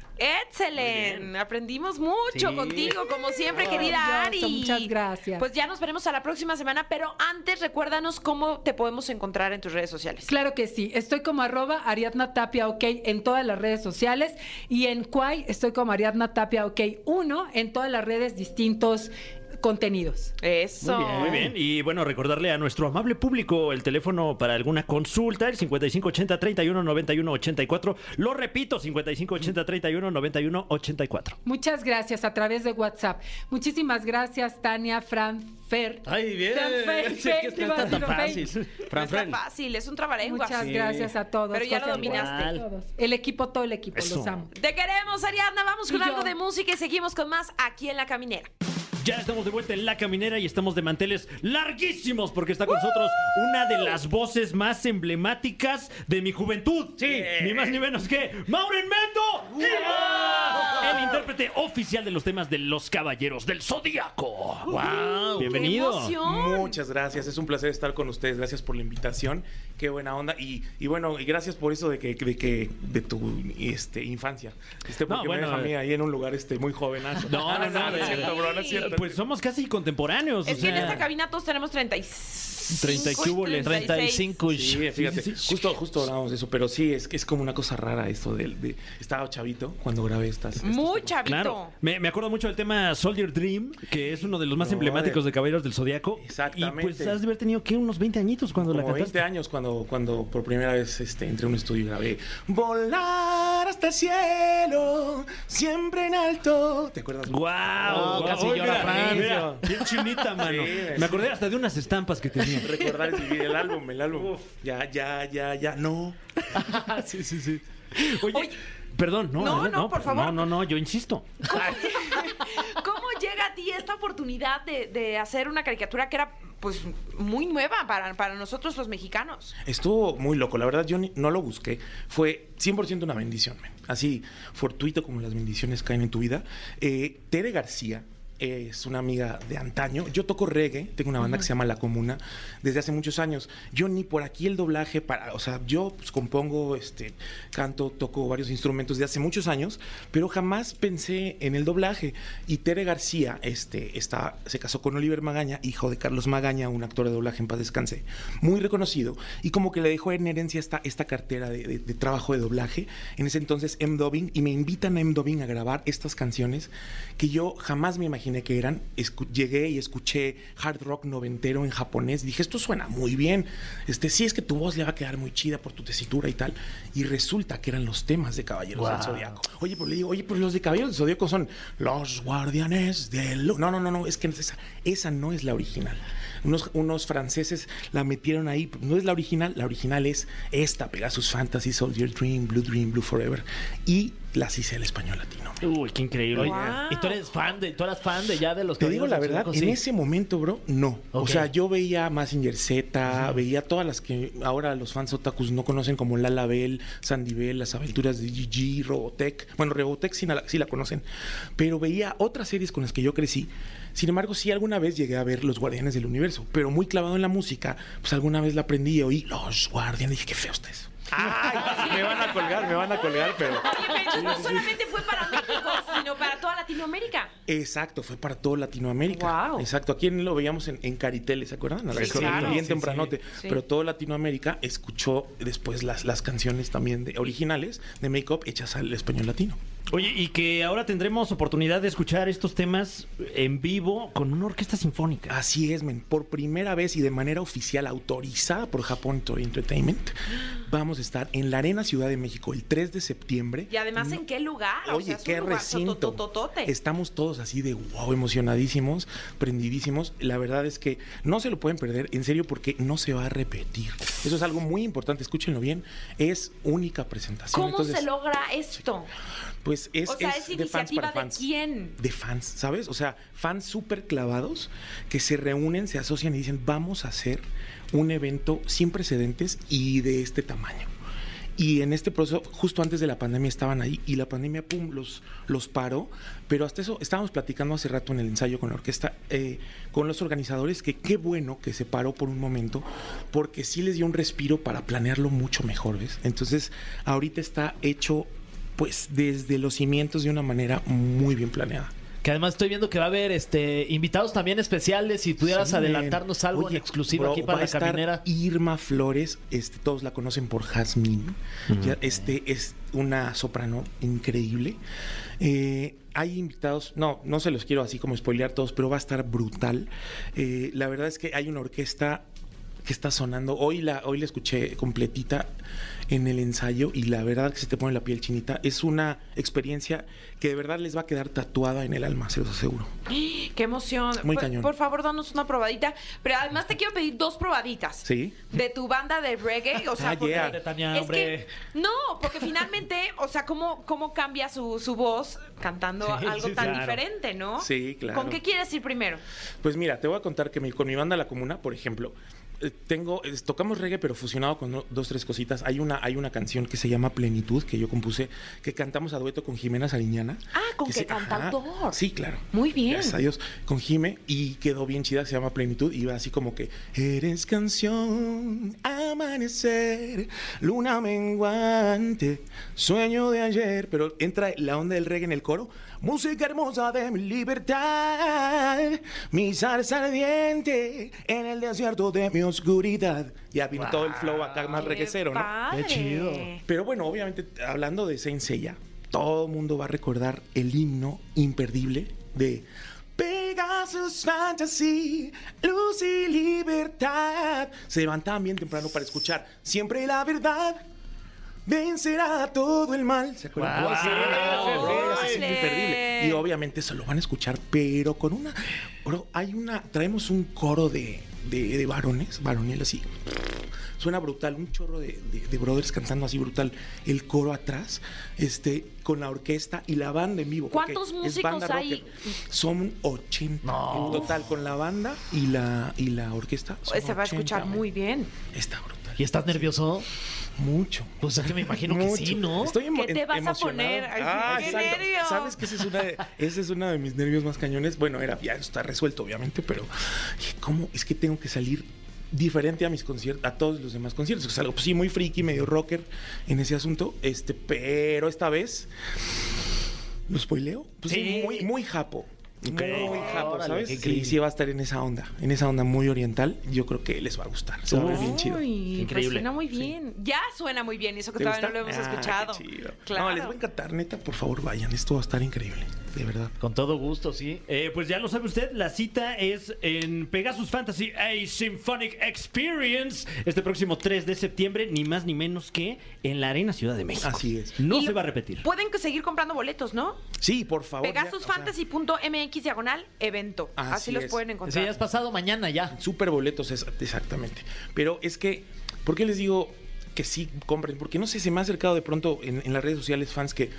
S2: Excelente. Aprendimos mucho
S8: Sí.
S2: contigo, como siempre, querida Ari.
S7: Maravilloso, muchas gracias.
S2: Pues ya nos veremos a la próxima semana, pero antes recuérdanos cómo te podemos encontrar en tus redes sociales.
S7: Claro que sí, estoy como arroba Ariadna Tapia OK en todas las redes sociales y en Quay estoy como Ariadna Tapia OK 1 en todas las redes distintos contenidos.
S2: Eso.
S4: Muy bien, y bueno, recordarle a nuestro amable público el teléfono para alguna consulta, el 5580 31 91 84. Lo repito, 5580 31 91 84.
S7: Muchas gracias a través de WhatsApp. Muchísimas gracias, Tania, Fran, Fer.
S8: Ay, bien.
S7: Fran,
S3: *laughs*
S2: *laughs*
S8: Sí,
S7: Fer,
S8: es que
S7: Fer,
S8: no
S7: te iba a
S8: está
S7: decir
S8: tan
S7: Fer.
S8: fácil.
S2: No
S8: Fran,
S2: está
S8: Fran.
S2: fácil, es un trabalenguas.
S7: Muchas gracias a todos.
S2: Pero ya lo
S7: José
S2: dominaste.
S7: Luis, a todos. El equipo, todo el equipo,
S4: Eso.
S7: los amo.
S2: Te queremos, Ariadna. Vamos con
S7: Y yo.
S2: algo de música y seguimos con más aquí en La Caminera.
S4: Ya estamos de vuelta en La Caminera y estamos de manteles larguísimos porque está con nosotros una de las voces más emblemáticas de mi juventud. Sí, ni más ni menos que Maureen Mendo. El intérprete oficial de los temas de Los Caballeros del Zodíaco. ¡Wow! Bienvenido.
S2: ¡Qué emoción!
S5: Muchas gracias, es un placer estar con ustedes, gracias por la invitación, qué buena onda y, y bueno, y gracias por eso de que de que de tu este infancia. Este
S4: No,
S5: porque
S4: bueno,
S5: me deja a mí
S4: eh.
S5: ahí en un lugar este muy jovenazo.
S4: No, no, no,
S5: no es
S4: de-
S5: cierto, bro, no es cierto.
S4: Pues somos casi contemporáneos.
S2: Es
S4: o
S2: que en
S4: sea.
S2: esta cabina todos tenemos 35.
S4: 30 y qué hubo, le-
S2: 35.
S3: 35.
S5: Sí, fíjate, justo, justo hablábamos de eso, pero sí, es que es como una cosa rara esto del de, estaba chavito cuando grabé estas. estas
S2: Muy chavito.
S4: Claro. Me, me acuerdo mucho del tema Soldier Dream, que es uno de los más
S5: No,
S4: emblemáticos de...
S5: de-
S4: Caballeros del Zodiaco.
S5: Exactamente.
S4: Y pues has de haber tenido, ¿qué? Unos 20 añitos cuando la
S5: Como
S4: cantaste.
S5: 20 años cuando, cuando por primera vez este, entré a un estudio y grabé Volar hasta el cielo, siempre en alto. ¿Te acuerdas?
S4: ¡Guau!
S8: No, casi
S4: Oye,
S8: llora
S4: mira,
S8: Francio.
S4: mira, bien chinita, mano.
S5: Sí, es-
S4: me acordé hasta de unas estampas que tenía.
S5: *laughs* Recordar y vivir el álbum, el álbum. Ya, ya, ya, ya. No.
S4: sí, sí, sí. Oye, perdón, no.
S2: No,
S4: adelante,
S2: no, por favor.
S4: No, no, no, yo insisto.
S2: ¿Cómo llega a ti esta oportunidad de, de hacer una caricatura que era pues muy nueva para, para nosotros los mexicanos?
S5: Estuvo muy loco. La verdad, yo ni- no lo busqué. Fue 100% una bendición, men. Así, fortuito como las bendiciones caen en tu vida. Eh, Tere García eh, es una amiga de antaño. Yo toco reggae. Tengo una banda que se llama La Comuna desde hace muchos años. Yo ni por aquí el doblaje para... O sea, yo pues, compongo, este, canto, toco varios instrumentos de hace muchos años, pero jamás pensé en el doblaje. Y Tere García este, está, se casó con Oliver Magaña, hijo de Carlos Magaña, un actor de doblaje en paz descanse, muy reconocido, y como que le dejó en herencia esta, esta cartera de, de- de trabajo de doblaje, en ese entonces M-Dubbing, y me invitan a M-Dubbing a grabar estas canciones que yo jamás me imaginé que eran. Escu- llegué y escuché hard rock noventero en japonés, dije, esto suena muy bien, este, sí es que tu voz le va a quedar muy chida por tu tesitura y tal, y resulta que eran los temas de Caballeros del Zodiaco. Oye, pero le digo, oye, pero los de Caballeros del Zodíaco son los guardianes del... lu-". No, no, no, no, es que esa, esa no es la original. Unos, unos franceses la metieron ahí, pero no es la original, la original es esta, Pegasus Fantasy, Soldier Dream, Blue Dream, Blue Forever, y las hice al español latino.
S4: Uy, qué increíble.
S2: Wow.
S3: Y tú eres fan de, tú eras fan de ya de los
S5: Te digo la verdad, en
S3: ese
S5: ese momento, bro, no. O
S3: Ok.
S5: sea, yo veía Massinger Z, veía todas las que ahora los fans otakus no conocen como Lala Bell, Sandibel, Las Aventuras de GG, Robotech. Bueno, Robotech sí, la- sí la conocen. Pero veía otras series con las que yo crecí. Sin embargo, sí alguna vez llegué a ver Los Guardianes del Universo, pero muy clavado en la música, pues alguna vez la aprendí y oí Los Guardianes. Dije, qué feo está eso. Ay, me van a colgar, me van a colgar, pero.
S2: Oye, pero entonces no solamente fue para México, sino para toda Latinoamérica.
S5: Exacto, fue para todo Latinoamérica.
S2: Guau.
S5: Exacto, aquí en- lo veíamos en, en Caritel, ¿se acuerdan? A las
S2: Sí,
S5: seis,
S2: claro.
S5: bien
S2: Sí,
S5: tempranote.
S2: sí.
S5: Pero todo Latinoamérica escuchó después las, las canciones también de, originales de Make Up hechas al español latino.
S4: Oye, y que ahora tendremos oportunidad de escuchar estos temas en vivo con una orquesta sinfónica.
S5: Así es, men. Por primera vez y de manera oficial autorizada por Japón Toy Entertainment, *gasps* vamos a estar en la Arena Ciudad de México el 3 de septiembre.
S2: Y además, ¿en qué lugar? Ah, O sea,
S5: Oye,
S2: es un
S5: qué
S2: lugar
S5: recinto. Este,
S2: sotototote.
S5: Estamos todos así de wow, emocionadísimos, prendidísimos. La verdad es que no se lo pueden perder, en serio, porque no se va a repetir. Eso es algo muy importante, escúchenlo bien. Es única presentación.
S2: ¿Cómo
S5: Entonces,
S2: se logra esto?
S5: Pues es,
S2: o sea,
S5: es
S2: ¿es,
S5: de fans
S2: iniciativa
S5: para
S2: de
S5: fans
S2: quién?
S5: de fans, ¿sabes? O sea, fans súper clavados que se reúnen, se asocian y dicen, vamos a hacer un evento sin precedentes y de este tamaño. Y en este proceso, justo antes de la pandemia estaban ahí y la pandemia, pum, los, los paró. Pero hasta eso, estábamos platicando hace rato en el ensayo con la orquesta, eh, con los organizadores, que qué bueno que se paró por un momento, porque sí les dio un respiro para planearlo mucho mejor, ¿ves? Entonces, ahorita está hecho, pues, desde los cimientos de una manera muy bien planeada.
S3: Que además estoy viendo que va a haber este invitados también especiales. Si pudieras
S5: Sí,
S3: adelantarnos
S5: men.
S3: algo
S5: Oye,
S3: en exclusivo
S5: bro,
S3: aquí
S5: va
S3: para
S5: a
S3: la
S5: estar
S3: caminera.
S5: Irma Flores, este, todos la conocen por Jazmín. Ya, este es una soprano increíble. Eh, hay invitados, no, no se los quiero así como spoilear todos, pero va a estar brutal. Eh, la verdad es que hay una orquesta que está sonando. Hoy la, hoy la escuché completita en el ensayo y la verdad que se te pone la piel chinita. Es una experiencia que de verdad les va a quedar tatuada en el alma, se los aseguro.
S2: ¡Qué emoción!
S5: Muy
S2: Por-
S5: cañón.
S2: Por favor, danos una probadita. Pero además te quiero pedir dos probaditas.
S5: Sí.
S2: De tu banda de reggae. O sea,
S5: Ah,
S2: porque
S5: yeah.
S4: eh,
S2: es
S3: Tania,
S2: que-
S3: hombre.
S2: no, porque finalmente, o sea, ¿cómo, cómo cambia su, su voz cantando
S4: Sí,
S2: algo
S4: sí,
S2: tan
S4: claro.
S2: diferente, no?
S5: Sí, claro.
S2: ¿Con qué quieres ir primero?
S5: Pues mira, te voy a contar que mi- con mi banda La Comuna, por ejemplo, eh, tengo es- tocamos reggae pero fusionado con o- dos tres cositas. Hay una hay una canción que se llama Plenitud que yo compuse que cantamos a dueto con Jimena Sariñana.
S2: Ah, ¿con qué
S5: se- ajá,
S2: cantautor?
S5: Sí, claro.
S2: Muy bien.
S5: Gracias a Dios con Jime y quedó bien chida, se llama Plenitud y va así como que eres canción, amanecer, luna menguante, sueño de ayer, pero entra la onda del reggae en el coro, música hermosa de mi libertad, mi salsa ardiente en el desierto de mi oscuridad. Ya vino todo el flow acá más
S2: Qué
S5: reguecero, ¿no?
S2: padre.
S3: Qué chido.
S5: Pero bueno, obviamente, hablando de Saint Seiya, todo el mundo va a recordar el himno imperdible de Pegasus Fantasy, luz y libertad. Se levantaban bien temprano para escuchar siempre la verdad. Vencerá todo el mal. ¿Se acuerdan?
S4: Guau.
S5: Sí, era ese
S2: Órale.
S5: himno imperdible. Y obviamente se lo van a escuchar, pero con una. Bro, hay una. Traemos un coro de, de, de varones, varonil así suena brutal, un chorro de, de- de brothers cantando así brutal, el coro atrás, este, con la orquesta y la banda en vivo. porque
S2: ¿Cuántos
S5: es
S2: músicos
S5: banda
S2: hay?
S5: rocker. Son 80 en total, con la banda y la, y la orquesta. son
S2: Se va a escuchar
S5: 80, men.
S2: muy bien.
S5: Está brutal.
S3: ¿Y estás nervioso?
S5: Mucho.
S3: Pues es que me imagino que sí,
S5: Mucho.
S3: ¿no?
S5: Estoy emo-
S2: ¿Qué te
S5: em-
S2: vas a
S5: emocionado.
S2: poner? Ay,
S5: Ah,
S2: qué
S5: exacto.
S2: nervio.
S5: ¿Sabes que ese es, una de, ese es uno de mis nervios más cañones? Bueno, era, ya está resuelto, obviamente, pero dije, ¿cómo? Es que tengo que salir diferente a mis conciertos, a todos los demás conciertos. Salgo, pues sí, muy friki, medio rocker en ese asunto, este, pero esta vez, ¿lo spoileo? Pues sí,
S3: Sí.
S5: muy, muy japo. Muy japo,
S3: Órale,
S5: ¿sabes?
S3: qué
S5: Sí,
S3: increíble.
S5: sí va a estar en esa onda, en esa onda muy oriental. Yo creo que les va a gustar. Se va a ver bien chido.
S2: Ay, pues
S4: Increíble.
S2: suena muy bien. Ya suena muy bien, y eso que
S5: ¿Te
S2: todavía no
S5: gusta?
S2: lo hemos
S5: Ah, qué
S2: escuchado.
S5: chido.
S2: Claro.
S5: No, les va a encantar, neta, por favor, vayan. Esto va a estar increíble, de verdad.
S3: Con todo gusto, sí.
S4: Eh, pues ya lo sabe usted, la cita es en Pegasus Fantasy A Symphonic Experience este próximo 3 de septiembre, ni más ni menos que en la Arena Ciudad de México.
S5: Así es.
S4: No
S2: Y
S4: se va a repetir.
S2: Pueden seguir comprando boletos, ¿no?
S5: Sí, por favor. ya, Ah, o sea,
S2: Pegasusfantasy.mx diagonal evento. Así,
S5: Así
S2: los
S5: es.
S2: pueden
S3: Sí,
S2: encontrar.
S3: ya es pasado mañana ya.
S5: Super boletos, es- exactamente. Pero es que, ¿por qué les digo que sí compren? Porque no sé, se me ha acercado de pronto en, en las redes sociales fans que,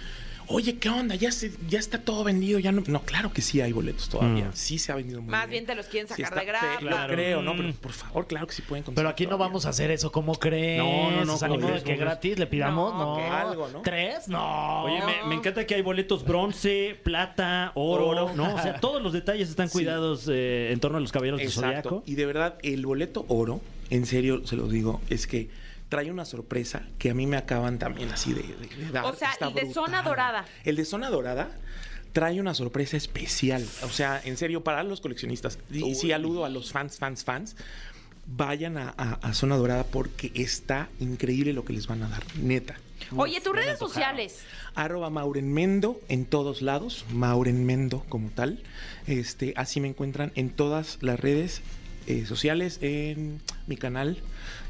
S5: oye, ¿qué onda? Ya, se- ya está todo vendido, ya no. No, claro que sí hay boletos todavía.
S4: Mm.
S5: Sí se ha vendido muy
S2: Más bien te los quieren sacar de grapa.
S5: Yo
S3: Claro.
S5: creo, ¿no? Pero
S3: Mm.
S5: por favor, claro que sí pueden conseguir.
S3: Pero aquí no
S5: todavía.
S3: vamos a hacer eso, ¿cómo crees?
S4: No, no, no,
S3: O sea,
S4: ¿cómo
S3: ni modo
S4: crees?
S3: que
S4: ¿Cómo
S3: gratis le pidamos,
S2: No,
S3: no.
S2: que
S5: algo, ¿no?
S3: ¿Tres? No.
S4: Oye, me, me encanta que hay boletos bronce, plata, oro,
S5: Oro.
S4: ¿no? O sea, todos los detalles están cuidados eh, en torno a los caballeros del
S5: Exacto.
S4: Zodiaco.
S5: Y de verdad, el boleto oro, en serio se los digo, es que trae una sorpresa que a mí me acaban también así de, de- de dar.
S2: O sea,
S5: Está
S2: el de
S5: brutal.
S2: Zona Dorada.
S5: El de Zona Dorada trae una sorpresa especial. O sea, en serio, para los coleccionistas. Y sí aludo a los fans, fans, fans. Vayan a, a- a Zona Dorada porque está increíble lo que les van a dar, neta.
S2: Oye, tus redes sociales.
S5: Arroba Maurenmendo en todos lados, Maurenmendo como tal. Este, así me encuentran en todas las redes eh, sociales, en mi canal,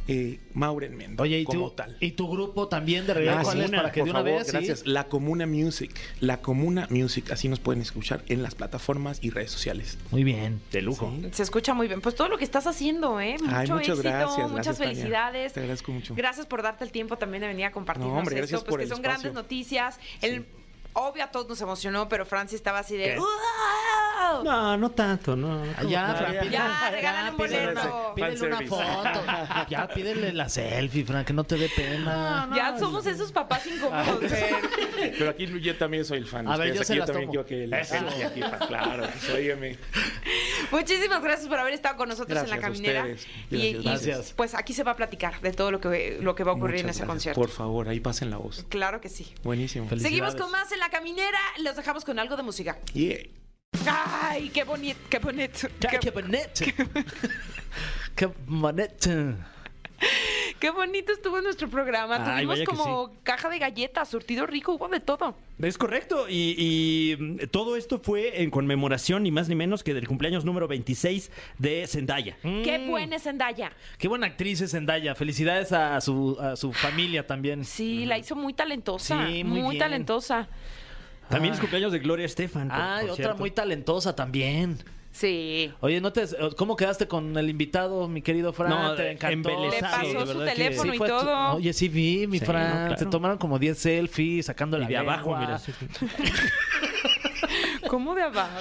S5: eh, Maurenmendo
S3: Oye, ¿y
S5: como
S3: tu,
S5: tal.
S3: y tu grupo también de regalo?
S5: Ah,
S3: ¿Cuál
S5: sí,
S3: es?
S5: una,
S3: para que
S5: por
S3: de una
S5: favor,
S3: vez. sí.
S5: Gracias. La Comuna Music. La Comuna Music. Así nos pueden escuchar en las plataformas y redes sociales.
S3: Muy bien.
S4: De lujo.
S2: Se escucha muy bien. Pues todo lo que estás haciendo, ¿eh? Mucho
S5: Ay, muchas
S2: éxito,
S5: gracias, gracias,
S2: muchas
S5: Tania.
S2: felicidades.
S5: Te agradezco mucho.
S2: Gracias por darte el tiempo también de venir a compartirnos
S5: No, hombre,
S2: esto,
S5: gracias
S2: pues
S5: por
S2: que
S5: el
S2: son
S5: espacio.
S2: grandes noticias. El, obvio a todos nos emocionó, pero Franci estaba así de
S4: ¿Qué?
S2: "¡Wow!".
S4: No, no tanto, no.
S3: Ah, Ya, Fran,
S5: *laughs*
S3: pídele-
S2: Ya, regálale
S4: Ah,
S2: un
S3: pídele
S2: boleto.
S3: una- Pídele una foto. *laughs* Ya, pídele la selfie, Fran, que no te dé pena.
S2: Ya somos esos papás *laughs* incómodos.
S5: Pero aquí yo también soy el fan.
S3: A ver, yo se
S5: yo
S3: las
S5: también
S3: tomo.
S5: quiero que la
S3: Eso.
S5: selfie aquí, fan. claro. pues, óyeme.
S2: Muchísimas gracias por haber estado con nosotros en la
S5: Gracias a
S2: caminera.
S5: ustedes.
S2: Y, y,
S3: Gracias.
S2: pues aquí se va a platicar de todo lo que, lo que va a ocurrir en
S5: Muchas
S2: ese
S5: gracias.
S2: concierto.
S5: Por favor, ahí pasen la voz.
S2: Claro que sí.
S5: Buenísimo.
S2: Seguimos con más en la caminera. Los dejamos con algo de música.
S5: Yeah.
S2: Ay, qué bonito, qué bonito.
S3: Qué-
S2: Qué,
S3: Qué bonito. *laughs* Qué bonito.
S2: qué bonito estuvo nuestro programa.
S4: Ay,
S2: Tuvimos
S4: vaya que
S2: como caja de galletas, surtido rico, hubo de todo.
S4: Es correcto, y, y, mm, todo esto fue en conmemoración, ni más ni menos, que del cumpleaños número 26 de Zendaya.
S2: Qué buena es Zendaya.
S3: Qué buena actriz es Zendaya. Felicidades a su, a su familia también.
S2: Sí, la hizo muy talentosa.
S3: Sí, muy
S2: muy
S3: bien.
S2: talentosa.
S4: También es cumpleaños de Gloria Estefan. por-
S3: Ay,
S4: por
S3: otra
S4: cierto.
S3: muy talentosa también.
S2: Sí.
S3: Oye, ¿no te, ¿cómo quedaste con el invitado, mi querido Fran?
S4: No,
S3: te encantó.
S2: Le
S4: embelesado,
S2: pasó
S4: de
S2: su
S4: verdad que-
S2: teléfono y
S3: fue tu-
S2: todo.
S3: Oye, sí vi, mi
S4: Sí,
S3: Fran.
S4: no, claro.
S3: Se tomaron como 10 selfies sacando la
S4: Y de abajo,
S3: lengua.
S4: mira. sí, sí.
S2: ¿Cómo de abajo?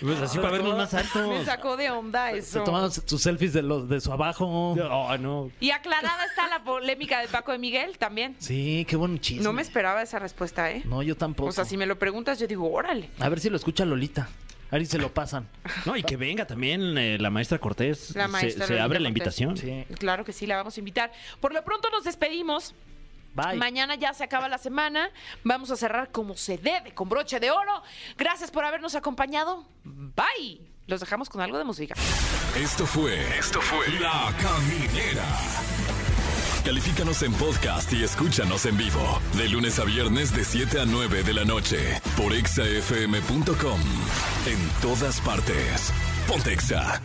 S4: Pues así
S3: Ah,
S4: para vernos más
S2: Me
S4: altos.
S2: sacó de onda
S3: Se
S2: eso.
S3: tomaron sus selfies de, los, de su abajo.
S4: Oh, no.
S2: Y aclarada está la polémica de Paco de Miguel también.
S3: Sí, qué buen chisme.
S2: No me esperaba esa respuesta, ¿eh?
S3: No, yo tampoco.
S2: O sea, si me lo preguntas, yo digo, órale.
S3: A ver si lo escucha Lolita. A ver si se lo pasan.
S4: No, y que venga también eh, la maestra Cortés.
S2: La
S4: Se-
S2: maestra
S4: se,
S2: Lolita
S4: abre la
S2: Cortés.
S4: invitación.
S3: Sí.
S2: Claro que sí, la vamos a invitar. Por lo pronto nos despedimos.
S3: Bye.
S2: Mañana ya se acaba la semana. Vamos a cerrar como se debe, con broche de oro. Gracias por habernos acompañado. Bye. Los dejamos con algo de música.
S1: Esto fue. Esto fue. La Caminera. Califícanos en podcast y escúchanos en vivo. De lunes a viernes de 7 a 9 de la noche. Por exafm.com. En todas partes. Pontexa.